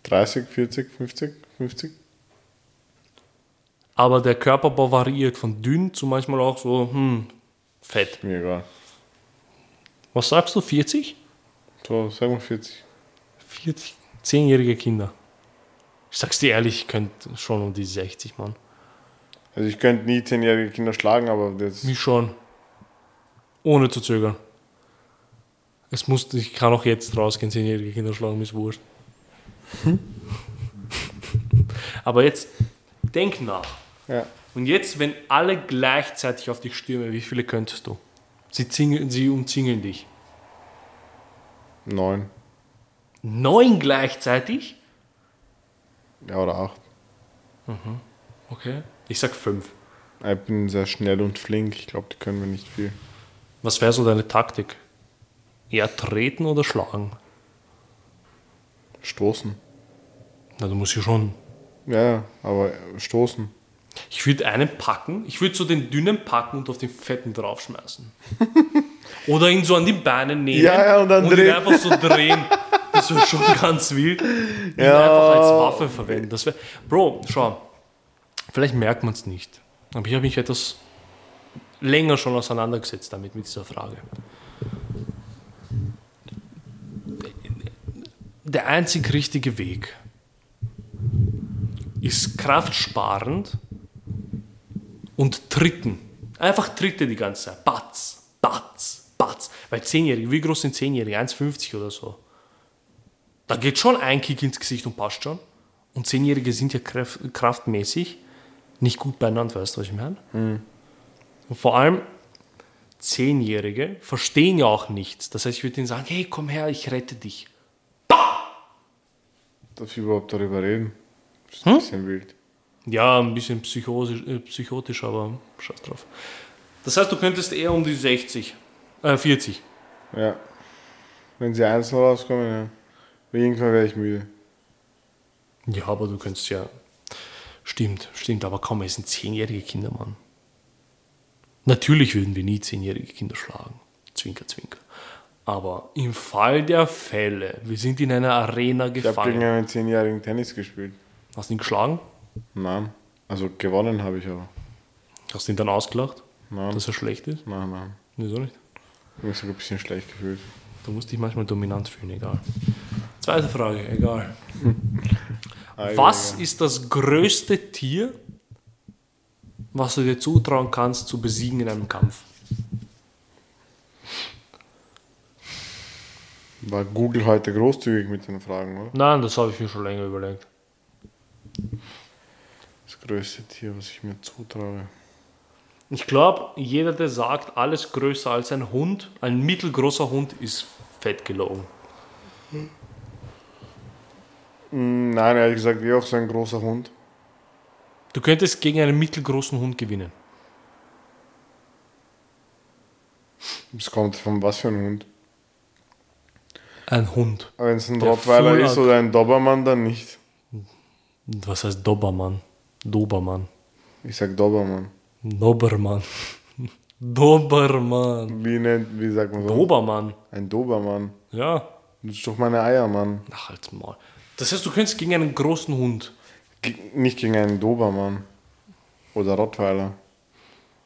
Speaker 2: 30, 40, 50, 50?
Speaker 1: Aber der Körperbau variiert von dünn zu manchmal auch so, hm, fett.
Speaker 2: Mir egal.
Speaker 1: Was sagst du, 40?
Speaker 2: So, sag mal 40.
Speaker 1: 40 zehnjährige Kinder. Ich sag's dir ehrlich, ich könnte schon um die 60, Mann.
Speaker 2: Also ich könnte nie 10-jährige Kinder schlagen, aber das
Speaker 1: Mich schon. Ohne zu zögern. Es muss, ich kann auch jetzt rausgehen, zehnjährige Kinder schlagen, mir ist wurscht. Aber jetzt, denk nach.
Speaker 2: ja.
Speaker 1: Und jetzt, wenn alle gleichzeitig auf dich stürmen, wie viele könntest du? Sie, zingeln, sie umzingeln dich.
Speaker 2: neun
Speaker 1: Neun gleichzeitig?
Speaker 2: ja, oder acht.
Speaker 1: Okay. Ich sag fünf.
Speaker 2: Ich bin sehr schnell und flink. Ich glaube, die können wir nicht viel.
Speaker 1: Was wäre so deine Taktik? Eher treten oder schlagen?
Speaker 2: Stoßen.
Speaker 1: Na, du musst hier schon
Speaker 2: Ja, ja, aber äh, stoßen.
Speaker 1: Ich würde einen packen, ich würde so den dünnen packen und auf den fetten
Speaker 2: [LAUGHS]
Speaker 1: draufschmeißen. Oder ihn so an die Beine nehmen
Speaker 2: Ja, ja, und dann
Speaker 1: ihn
Speaker 2: drehen.
Speaker 1: einfach so drehen. Das wäre
Speaker 2: [LAUGHS]
Speaker 1: schon ganz wild. Ihn einfach als Waffe verwenden. Das wär, Bro, schau, vielleicht merkt man es nicht. Aber ich habe mich etwas länger schon auseinandergesetzt damit, mit dieser Frage. Der einzig richtige Weg ist kraftsparend und tritten. Einfach Tritte die ganze Zeit. Batz, batz, batz. Weil Zehnjährige, wie groß sind Zehnjährige? 1,50 oder so. Da geht schon ein Kick ins Gesicht und passt schon. Und Zehnjährige sind ja kräf- kraftmäßig nicht gut beieinander, weißt du, was ich meine? Und vor allem Zehnjährige verstehen ja auch nichts. Das heißt, ich würde ihnen sagen, hey, komm her, ich rette dich.
Speaker 2: Darf ich überhaupt darüber reden? Ist ein bisschen wild.
Speaker 1: Ja, ein bisschen psychosisch, äh, psychotisch, aber scheiß drauf. Das heißt, du könntest eher um die 60, äh, 40.
Speaker 2: Ja. Wenn sie einzeln rauskommen, ja. Aber Irgendwann wäre ich müde.
Speaker 1: Ja, aber du könntest ja. Stimmt, stimmt, aber komm, es sind zehnjährige Kinder, Mann. Natürlich würden wir nie zehnjährige Kinder schlagen. Zwinker, zwinker. Aber im Fall der Fälle, wir sind in einer Arena
Speaker 2: Ich habe gegen
Speaker 1: gefangen.
Speaker 2: einen 10-jährigen Tennis gespielt.
Speaker 1: Hast du ihn geschlagen?
Speaker 2: Nein. Also gewonnen habe ich aber.
Speaker 1: Hast du ihn dann ausgelacht?
Speaker 2: Nein.
Speaker 1: Dass er schlecht ist?
Speaker 2: Nein, nein.
Speaker 1: Wieso nicht?
Speaker 2: Ich habe mich sogar ein bisschen schlecht gefühlt.
Speaker 1: Du musst dich manchmal dominant fühlen, egal. Zweite Frage, egal.
Speaker 2: Ah,
Speaker 1: Was ist das größte Tier, was du dir zutrauen kannst zu besiegen in einem Kampf?
Speaker 2: War Google heute großzügig mit den Fragen, oder?
Speaker 1: Nein, das habe ich mir schon länger überlegt.
Speaker 2: größte Tier, was ich mir zutraue.
Speaker 1: Ich glaube, jeder, der sagt, alles größer als ein Hund, ein mittelgroßer Hund, ist fett gelogen.
Speaker 2: Mm, Nein, ehrlich gesagt, eh auch so ein großer Hund.
Speaker 1: Du könntest gegen einen mittelgroßen Hund gewinnen.
Speaker 2: Es kommt von was für ein Hund.
Speaker 1: Ein Hund.
Speaker 2: Aber wenn es ein
Speaker 1: Der
Speaker 2: Rottweiler ist
Speaker 1: Fuhrwerk.
Speaker 2: oder ein Dobermann, dann nicht.
Speaker 1: Und Was heißt Dobermann? Dobermann.
Speaker 2: Ich sag Dobermann.
Speaker 1: Dobermann. [LAUGHS] Dobermann.
Speaker 2: Wie, nennt, wie sagt man so?
Speaker 1: Dobermann.
Speaker 2: ein Dobermann.
Speaker 1: Ja.
Speaker 2: Das ist doch meine Eier, Mann.
Speaker 1: Ach, halt's mal. Das heißt, du könntest gegen einen großen Hund.
Speaker 2: Ge nicht gegen einen Dobermann. Oder Rottweiler.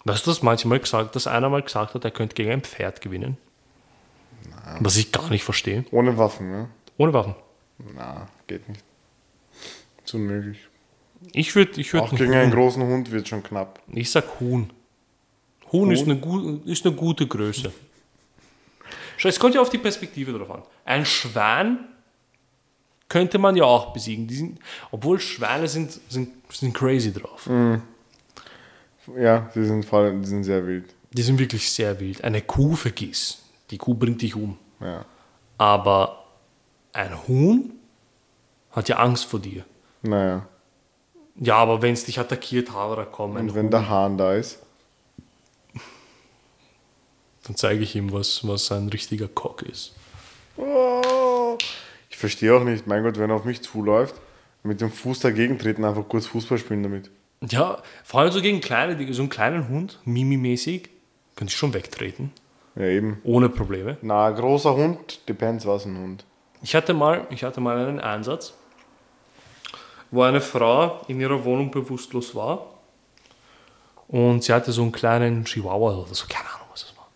Speaker 1: Weißt du, dass manchmal gesagt, dass einer mal gesagt hat, er könnte gegen ein Pferd gewinnen? Was ich gar nicht verstehe.
Speaker 2: Ohne Waffen, ne?
Speaker 1: Ohne Waffen.
Speaker 2: Na, geht nicht. Ist unmöglich.
Speaker 1: Ich würde, ich
Speaker 2: Auch
Speaker 1: würde,
Speaker 2: gegen einen großen Hund wird schon knapp.
Speaker 1: ich sag Huhn. Huhn, Ist, eine gu- ist eine gute Größe. [LAUGHS] Schau, Es kommt ja auf die Perspektive drauf an. Ein Schwan könnte man ja auch besiegen. Die sind, obwohl Schwäne sind, sind, sind crazy drauf.
Speaker 2: Ja, die sind, voll, die sind sehr wild.
Speaker 1: Die sind wirklich sehr wild. Eine Kuh vergiss. Die Kuh bringt dich um.
Speaker 2: Ja.
Speaker 1: Aber ein Huhn hat ja Angst vor dir.
Speaker 2: Naja.
Speaker 1: Ja, aber wenn es dich attackiert, Havara, komm, ein
Speaker 2: Und
Speaker 1: Huhn,
Speaker 2: wenn der Hahn da ist,
Speaker 1: dann zeige ich ihm, was, was ein richtiger Cock ist.
Speaker 2: Oh. Ich verstehe auch nicht, mein Gott, wenn er auf mich zuläuft, mit dem Fuß dagegen treten, einfach kurz Fußball spielen damit.
Speaker 1: Ja, vor allem so gegen kleine, Dinge, so einen kleinen Hund, Mimi-mäßig, könnte ich schon wegtreten,
Speaker 2: Ja, eben.
Speaker 1: ohne Probleme.
Speaker 2: Na, großer Hund, depends, was ein Hund.
Speaker 1: Ich hatte mal, ich hatte mal einen Einsatz, wo eine Frau in ihrer Wohnung bewusstlos war und sie hatte so einen kleinen Chihuahua oder so, keine Ahnung, was das war.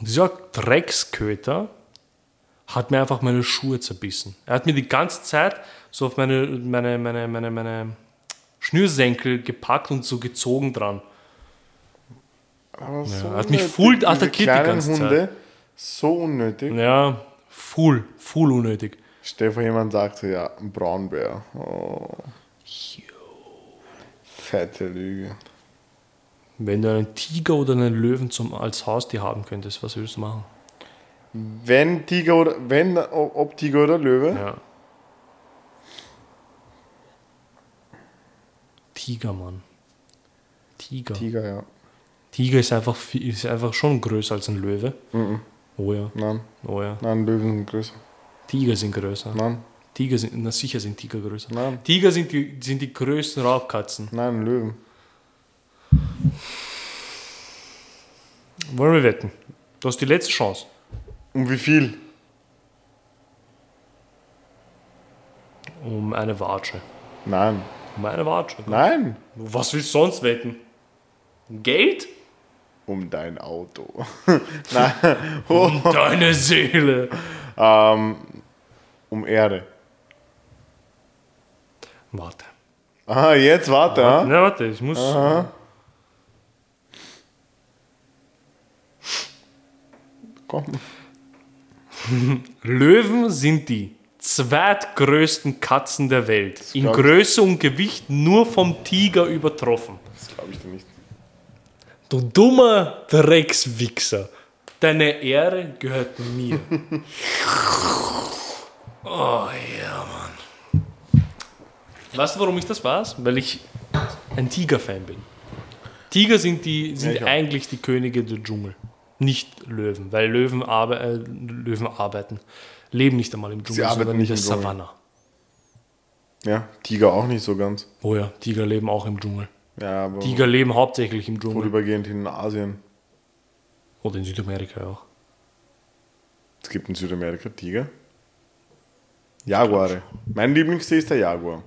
Speaker 1: Und dieser Drecksköter hat mir einfach meine Schuhe zerbissen. Er hat mir die ganze Zeit so auf meine, meine, meine, meine, meine Schnürsenkel gepackt und so gezogen dran.
Speaker 2: Aber so
Speaker 1: er hat mich
Speaker 2: unnötig,
Speaker 1: full
Speaker 2: diese
Speaker 1: attackiert die
Speaker 2: kleinen
Speaker 1: ganze Zeit.
Speaker 2: so unnötig.
Speaker 1: Ja, full, full unnötig.
Speaker 2: Stell dir vor, jemand sagt so, ja, ein Braunbär. Oh. Fette Lüge.
Speaker 1: Wenn du einen Tiger oder einen Löwen zum, als Haustier haben könntest, was würdest du machen?
Speaker 2: Wenn Tiger oder, wenn, ob Tiger oder Löwe,
Speaker 1: Ja. Tiger, Mann. Tiger.
Speaker 2: Tiger, ja.
Speaker 1: Tiger ist einfach, viel- ist einfach schon größer als ein Löwe. Oh ja,
Speaker 2: Nein,
Speaker 1: oh ja.
Speaker 2: nein, Löwen sind größer.
Speaker 1: Tiger sind größer.
Speaker 2: Nein,
Speaker 1: Tiger sind, na sicher sind Tiger größer.
Speaker 2: Nein.
Speaker 1: Tiger sind die, sind die größten Raubkatzen.
Speaker 2: nein, Löwen.
Speaker 1: Wollen wir wetten? Du hast die letzte Chance.
Speaker 2: Um wie viel?
Speaker 1: Um eine Watsche.
Speaker 2: Nein,
Speaker 1: Um eine Watsche.
Speaker 2: nein.
Speaker 1: Was willst du sonst wetten? Geld?
Speaker 2: Um dein Auto. [LAUGHS]
Speaker 1: Um deine Seele.
Speaker 2: Um Erde.
Speaker 1: Warte.
Speaker 2: Ah, jetzt warte, ha?
Speaker 1: Na, warte, ich muss.
Speaker 2: ah. Komm.
Speaker 1: Löwen sind die zweitgrößten Katzen der Welt. In
Speaker 2: glaub ich.
Speaker 1: Größe und Gewicht nur vom Tiger übertroffen.
Speaker 2: Das glaube ich dir nicht.
Speaker 1: Du dummer Dreckswichser. Deine Ehre gehört
Speaker 2: [LAUGHS]
Speaker 1: mir. oh ja, Mann. Weißt du, warum ich das weiß? Weil ich ein Tiger-Fan bin. Tiger sind, die, sind
Speaker 2: ich auch.
Speaker 1: eigentlich die Könige der Dschungel. Nicht Löwen, weil Löwen, arbe äh, Löwen arbeiten. Leben nicht einmal im Dschungel,
Speaker 2: arbeiten
Speaker 1: sondern in
Speaker 2: nicht
Speaker 1: der
Speaker 2: im Dschungel.
Speaker 1: Savanne.
Speaker 2: Ja, Tiger auch nicht so ganz.
Speaker 1: Oh ja, Tiger leben auch im Dschungel.
Speaker 2: Ja, aber
Speaker 1: Tiger leben hauptsächlich im Dschungel.
Speaker 2: vorübergehend in Asien.
Speaker 1: Oder in Südamerika auch.
Speaker 2: Es gibt in Südamerika Tiger. Jaguare. Mein Lieblingstier ist der Jaguar.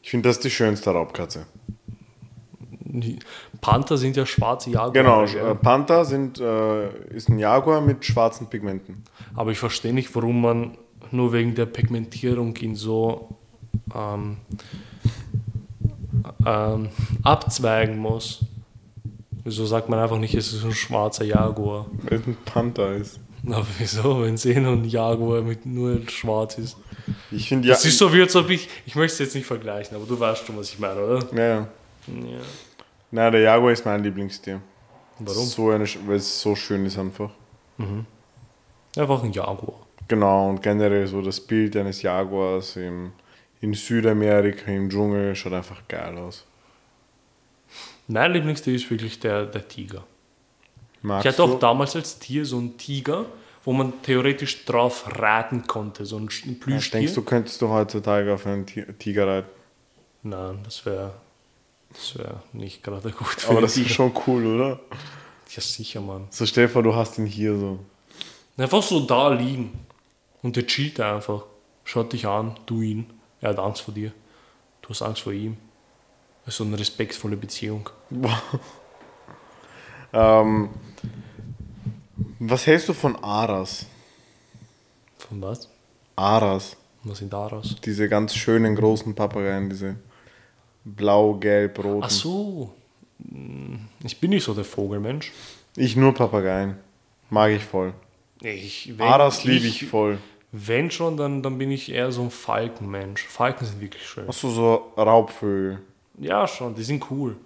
Speaker 2: Ich finde, das ist die schönste Raubkatze.
Speaker 1: Die Panther sind ja schwarze Jaguare.
Speaker 2: Genau,
Speaker 1: gell?
Speaker 2: äh, Panther sind, äh, ist ein Jaguar mit schwarzen Pigmenten.
Speaker 1: Aber ich verstehe nicht, warum man nur wegen der Pigmentierung ihn so ähm, ähm, abzweigen muss. Wieso sagt man einfach nicht, es ist ein schwarzer Jaguar?
Speaker 2: Weil es ein Panther ist.
Speaker 1: Aber wieso, wenn es eh nur ein Jaguar mit nur schwarz ist?
Speaker 2: Ich finde ja.
Speaker 1: Das ist so wie, als ob ich, ich möchte es jetzt nicht vergleichen, aber du weißt schon, was ich meine, oder?
Speaker 2: Ja, ja.
Speaker 1: Ja.
Speaker 2: Na, der Jaguar ist mein Lieblingstier.
Speaker 1: Warum?
Speaker 2: So eine, Sch- weil es so schön ist einfach.
Speaker 1: Einfach ein Jaguar.
Speaker 2: Genau, und generell so das Bild eines Jaguars im, in Südamerika, im Dschungel, schaut einfach geil aus.
Speaker 1: Mein Lieblingstier ist wirklich der, der Tiger.
Speaker 2: Magst
Speaker 1: Ich hatte auch
Speaker 2: du?
Speaker 1: damals als Tier so einen Tiger, wo man theoretisch drauf reiten konnte, so ein Sch- ein
Speaker 2: Ja,
Speaker 1: Plüschtier.
Speaker 2: Denkst du, könntest du heutzutage auf einen Ti- Tiger reiten?
Speaker 1: Nein, das wäre das wär nicht gerade [LAUGHS] gut für
Speaker 2: Aber
Speaker 1: den
Speaker 2: das ist
Speaker 1: Tiger.
Speaker 2: schon cool, oder?
Speaker 1: Ja, sicher, Mann.
Speaker 2: So stell dir vor, du hast ihn hier so.
Speaker 1: Einfach so da liegen. Und der chillt einfach. Schaut dich an, du ihn. Er hat Angst vor dir. Du hast Angst vor ihm. Das ist so eine respektvolle Beziehung.
Speaker 2: Ähm, was hältst du von Aras?
Speaker 1: Von was?
Speaker 2: Aras,
Speaker 1: Was sind daraus?
Speaker 2: diese ganz schönen großen Papageien, diese blau, gelb, rot.
Speaker 1: Ach so. Hm, Ich bin nicht so der Vogelmensch.
Speaker 2: Ich nur Papageien. Mag ich voll.
Speaker 1: Ich, wenn-
Speaker 2: Aras Ah, liebe ich voll.
Speaker 1: Wenn schon, dann, dann bin ich eher so ein Falkenmensch. Falken sind wirklich schön.
Speaker 2: Achso, so Raubvögel.
Speaker 1: Ja, schon, die sind cool.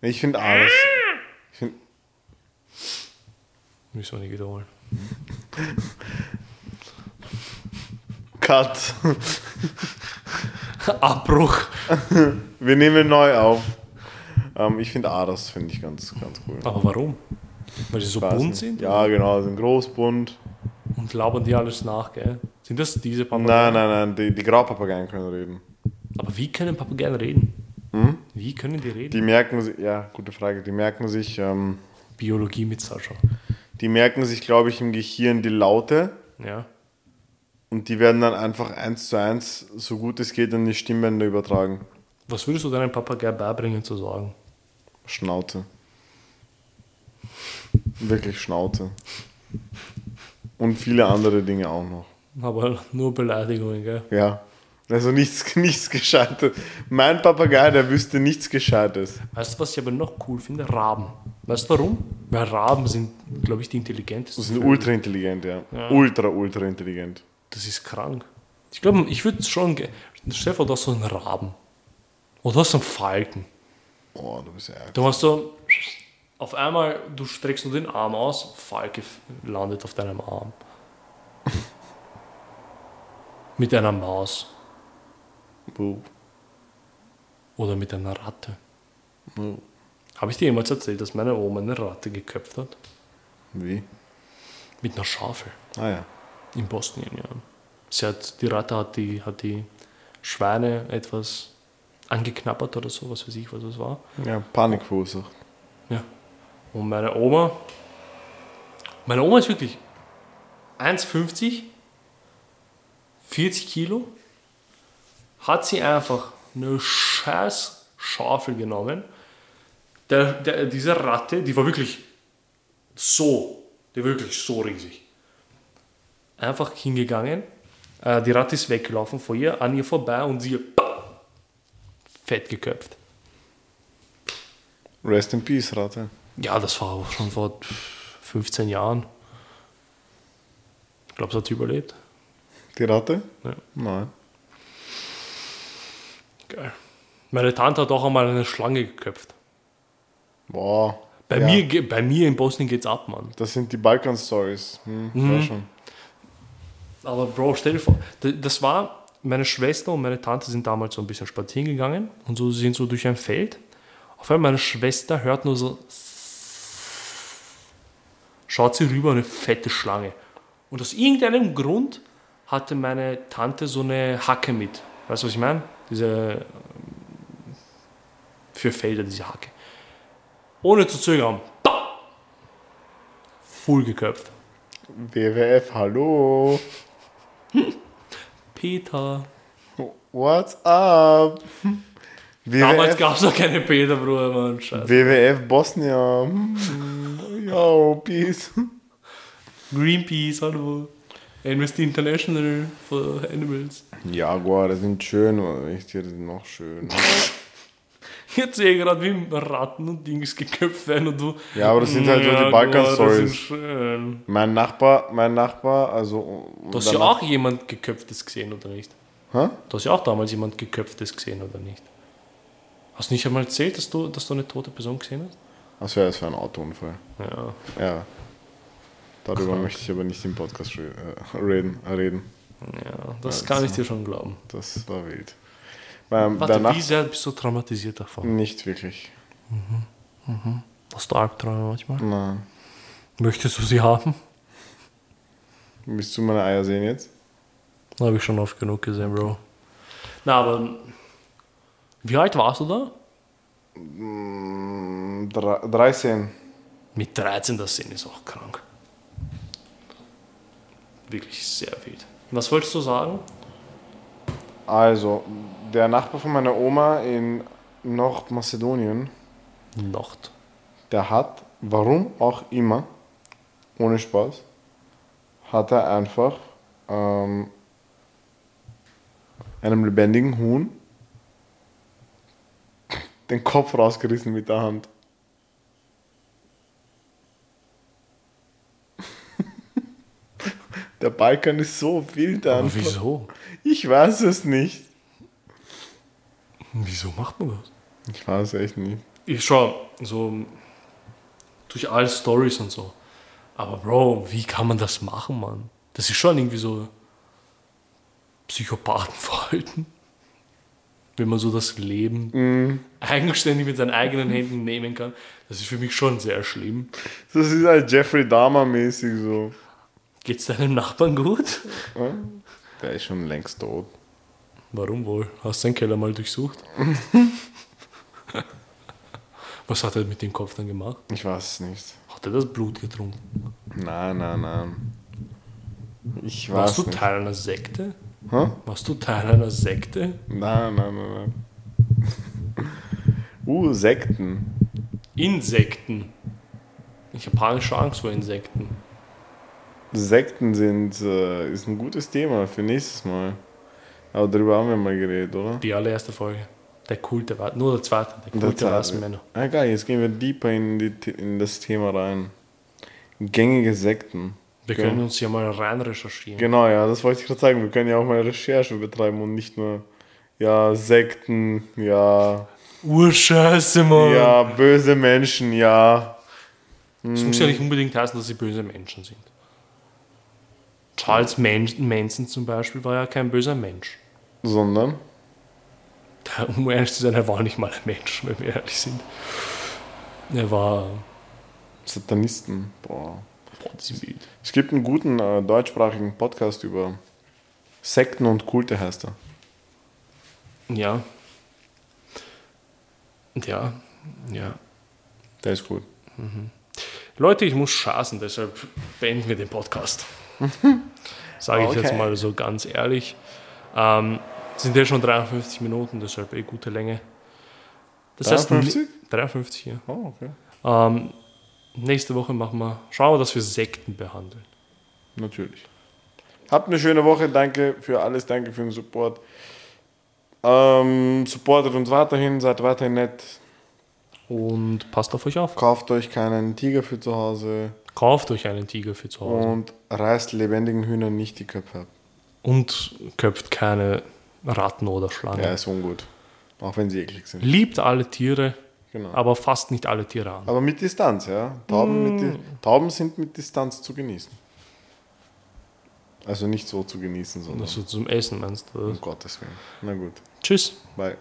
Speaker 2: Ich finde Aras. Ich find,
Speaker 1: Müssen wir nicht wiederholen. [LAUGHS]
Speaker 2: Cut. [LAUGHS]
Speaker 1: Abbruch.
Speaker 2: Wir nehmen neu auf. Ähm, ich finde Aras, finde ich ganz, ganz cool.
Speaker 1: Aber warum? Weil sie so
Speaker 2: Weiß
Speaker 1: bunt
Speaker 2: nicht.
Speaker 1: sind?
Speaker 2: Ja, genau, sind groß, bunt.
Speaker 1: Und labern die alles nach, gell? Sind das diese
Speaker 2: Nein,
Speaker 1: Papageien?
Speaker 2: nein, nein, die, die Graupapageien können reden.
Speaker 1: Aber wie können Papageien reden?
Speaker 2: Hm?
Speaker 1: Wie können die reden?
Speaker 2: Die merken sich, ja, gute Frage, die merken sich, ähm,
Speaker 1: Biologie mit Sascha.
Speaker 2: die merken sich, glaube ich, im Gehirn die Laute
Speaker 1: Ja.
Speaker 2: und die werden dann einfach eins zu eins, so gut es geht, an die Stimmbänder übertragen.
Speaker 1: Was würdest du deinem Papagei beibringen zu sagen?
Speaker 2: Schnauze. Wirklich Schnauze. Und viele andere Dinge auch noch.
Speaker 1: Aber nur Beleidigungen, gell?
Speaker 2: Ja. Also nichts, [LAUGHS] nichts Gescheites. Mein Papagei, der wüsste nichts Gescheites.
Speaker 1: Weißt du, was ich aber noch cool finde? Raben. Weißt du warum? Weil Raben sind, glaube ich, die intelligentesten.
Speaker 2: Das sind
Speaker 1: Vögel.
Speaker 2: ultra intelligent, ja. Ultra, ultra intelligent.
Speaker 1: Das ist krank. Ich glaube, ich würde schon. ge- Stell dir vor, du hast so einen Raben. Oder du hast einen Falken.
Speaker 2: Oh, du bist ja ärgerlich.
Speaker 1: Du hast so. Auf einmal, du streckst nur den Arm aus, Falke f- landet auf deinem Arm. [LAUGHS] mit einer Maus
Speaker 2: Buh.
Speaker 1: oder mit einer Ratte.
Speaker 2: Buh.
Speaker 1: Habe ich dir jemals erzählt, dass meine Oma eine Ratte geköpft hat?
Speaker 2: Wie?
Speaker 1: Mit einer Schaufel.
Speaker 2: Ah ja.
Speaker 1: In Bosnien, ja. Sie hat, die Ratte hat die, hat die Schweine etwas angeknabbert oder so, was weiß ich, was das war.
Speaker 2: Ja, Panik verursacht.
Speaker 1: Ja. Und meine Oma, meine Oma ist wirklich 1,50, 40 Kilo, hat sie einfach eine scheiß Schaufel genommen. Der, der, diese Ratte, die war wirklich so, die war wirklich so riesig. Einfach hingegangen, äh, die Ratte ist weggelaufen vor ihr, an ihr vorbei und sie bah, fett geköpft.
Speaker 2: Rest in Peace, Ratte.
Speaker 1: Ja, das war auch schon vor 15 Jahren. Ich glaube, es hat überlebt.
Speaker 2: Die Ratte?
Speaker 1: Ja.
Speaker 2: Nein.
Speaker 1: Geil. Meine Tante hat auch einmal eine Schlange geköpft.
Speaker 2: Boah.
Speaker 1: Bei,
Speaker 2: Ja,
Speaker 1: mir, ge- bei mir in Bosnien geht's ab, Mann.
Speaker 2: Das sind die Balkan-Stories. Hm,
Speaker 1: Mhm.
Speaker 2: war schon.
Speaker 1: Aber Bro, stell dir vor, d- das war, meine Schwester und meine Tante sind damals so ein bisschen spazieren gegangen und so sind so durch ein Feld. Auf einmal meine Schwester hört nur so. Schaut sie rüber, eine fette Schlange. Und aus irgendeinem Grund hatte meine Tante so eine Hacke mit. Weißt du, was ich meine? Diese. ähm, Für Felder, diese Hacke. Ohne zu zögern. Bam! Full geköpft.
Speaker 2: WWF, hallo.
Speaker 1: Peter.
Speaker 2: What's [LAUGHS] up?
Speaker 1: Damals
Speaker 2: WWF,
Speaker 1: gab es noch keine Peter, Bruder, Mann. Scheiße.
Speaker 2: WWF Bosnia. Hm, Yo, peace.
Speaker 1: Greenpeace, hallo. Amnesty International for Animals.
Speaker 2: Jaguar, das sind schön, aber echt, die sind noch schön.
Speaker 1: Jetzt sehe ich gerade, wie Ratten und Dings geköpft werden und du.
Speaker 2: Ja, aber das sind halt so die Balkan-Stories.
Speaker 1: Das, ist schön.
Speaker 2: Mein Nachbar, mein Nachbar, also.
Speaker 1: du hast ja auch jemand geköpftes gesehen, oder nicht?
Speaker 2: Hä?
Speaker 1: Du hast ja auch damals jemand geköpftes gesehen, oder nicht? Hast du nicht einmal erzählt, dass du, dass du eine tote Person gesehen hast?
Speaker 2: Was wäre das für ein Autounfall?
Speaker 1: Ja.
Speaker 2: Ja. Darüber möchte ich aber nicht im Podcast re- äh, reden. reden.
Speaker 1: Ja, das kann ich dir schon glauben.
Speaker 2: Das war wild. Ähm,
Speaker 1: Warte,
Speaker 2: danach
Speaker 1: wie sehr bist du traumatisiert davon?
Speaker 2: nicht wirklich.
Speaker 1: Hast du Albträume manchmal?
Speaker 2: Nein.
Speaker 1: Möchtest du sie haben?
Speaker 2: Willst du meine Eier sehen jetzt?
Speaker 1: Habe ich schon oft genug gesehen, Bro. Na, aber wie alt warst du da?
Speaker 2: Hm, dre- 13.
Speaker 1: Mit 13 das Sinn ist auch krank. Wirklich sehr wild. Was wolltest du sagen?
Speaker 2: Also, der Nachbar von meiner Oma in Nordmazedonien,
Speaker 1: Nacht.
Speaker 2: der hat, warum auch immer, ohne Spaß, hat er einfach ähm, einem lebendigen Huhn den Kopf rausgerissen mit der Hand. Der Balkan ist so wild
Speaker 1: Aber
Speaker 2: einfach.
Speaker 1: wieso?
Speaker 2: Ich weiß es nicht.
Speaker 1: Wieso macht man das?
Speaker 2: Ich weiß echt nicht.
Speaker 1: Ich schau, so durch all Stories und so. Aber Bro, wie kann man das machen, Mann? Das ist schon irgendwie so Psychopathenverhalten. Wenn man so das Leben
Speaker 2: Mhm.
Speaker 1: eigenständig mit seinen eigenen Händen nehmen kann. Das ist für mich schon sehr schlimm.
Speaker 2: Das ist halt Jeffrey Dahmer-mäßig so.
Speaker 1: Geht's deinem Nachbarn gut?
Speaker 2: Der ist schon längst tot.
Speaker 1: Warum wohl? Hast du den Keller mal
Speaker 2: [LAUGHS]
Speaker 1: durchsucht? Was hat er mit dem Kopf dann gemacht?
Speaker 2: Ich weiß es nicht.
Speaker 1: Hat er das Blut getrunken?
Speaker 2: Nein, nein, nein. Ich weiß
Speaker 1: Warst du
Speaker 2: nicht.
Speaker 1: Teil einer Sekte?
Speaker 2: Hä?
Speaker 1: Warst du Teil einer Sekte?
Speaker 2: Nein, nein, nein, nein. [LAUGHS] Uh, Sekten.
Speaker 1: Insekten. Ich habe panische Angst vor Insekten.
Speaker 2: Sekten sind äh, ist ein gutes Thema für nächstes Mal. Aber darüber haben wir mal geredet, oder?
Speaker 1: Die allererste Folge. Der Kult der Wa- Nur der zweite. Der Kult der,
Speaker 2: zweite.
Speaker 1: weißen Männer.
Speaker 2: Ah, geil, jetzt gehen wir deeper in, die, The- in das Thema rein. Gängige Sekten.
Speaker 1: Wir
Speaker 2: Genau.
Speaker 1: können uns hier mal rein recherchieren.
Speaker 2: Genau, ja, das wollte ich gerade sagen. Wir können ja auch mal Recherche betreiben und nicht nur, ja, Sekten, ja,
Speaker 1: Urscheiße, Mann.
Speaker 2: ja, böse Menschen, ja.
Speaker 1: Es muss ja nicht unbedingt heißen, dass sie böse Menschen sind. Charles Man- Manson zum Beispiel war ja kein böser Mensch.
Speaker 2: Sondern,
Speaker 1: Der, um ehrlich zu sein, er war nicht mal ein Mensch, wenn wir ehrlich sind. Er war
Speaker 2: Satanisten. Boah.
Speaker 1: boah, das ist wild.
Speaker 2: Es gibt einen guten äh, deutschsprachigen Podcast über Sekten und Kulte, heißt er.
Speaker 1: Ja. Ja. Ja.
Speaker 2: Der ist gut.
Speaker 1: Leute, ich muss schasen, deshalb beenden wir den Podcast. Sage ich jetzt
Speaker 2: Okay.
Speaker 1: mal so ganz ehrlich. Ähm, sind ja schon 53 Minuten, deshalb eh gute Länge. Das heißt,
Speaker 2: 53?
Speaker 1: 53, ja.
Speaker 2: Oh, okay.
Speaker 1: Ähm, nächste Woche machen wir, schauen wir, dass wir Sekten behandeln.
Speaker 2: Natürlich. Habt eine schöne Woche. Danke für alles. Danke für den Support. Ähm, supportet uns weiterhin. Seid weiterhin nett.
Speaker 1: Und passt auf euch auf.
Speaker 2: Kauft euch keinen Tiger für zu Hause
Speaker 1: Kauft euch einen Tiger für zu Hause.
Speaker 2: und reißt lebendigen Hühnern nicht die Köpfe ab.
Speaker 1: Und köpft keine Ratten oder Schlangen.
Speaker 2: Ja, ist ungut. Auch wenn sie eklig sind.
Speaker 1: Liebt alle Tiere,
Speaker 2: Genau.
Speaker 1: aber fasst nicht alle Tiere an.
Speaker 2: Aber mit Distanz, ja. Tauben, mit, Di- Tauben sind mit Distanz zu genießen. Also nicht so zu genießen, sondern
Speaker 1: Also zum Essen meinst du?
Speaker 2: Mhm. um Gottes Willen. Na gut.
Speaker 1: Tschüss.
Speaker 2: Bye.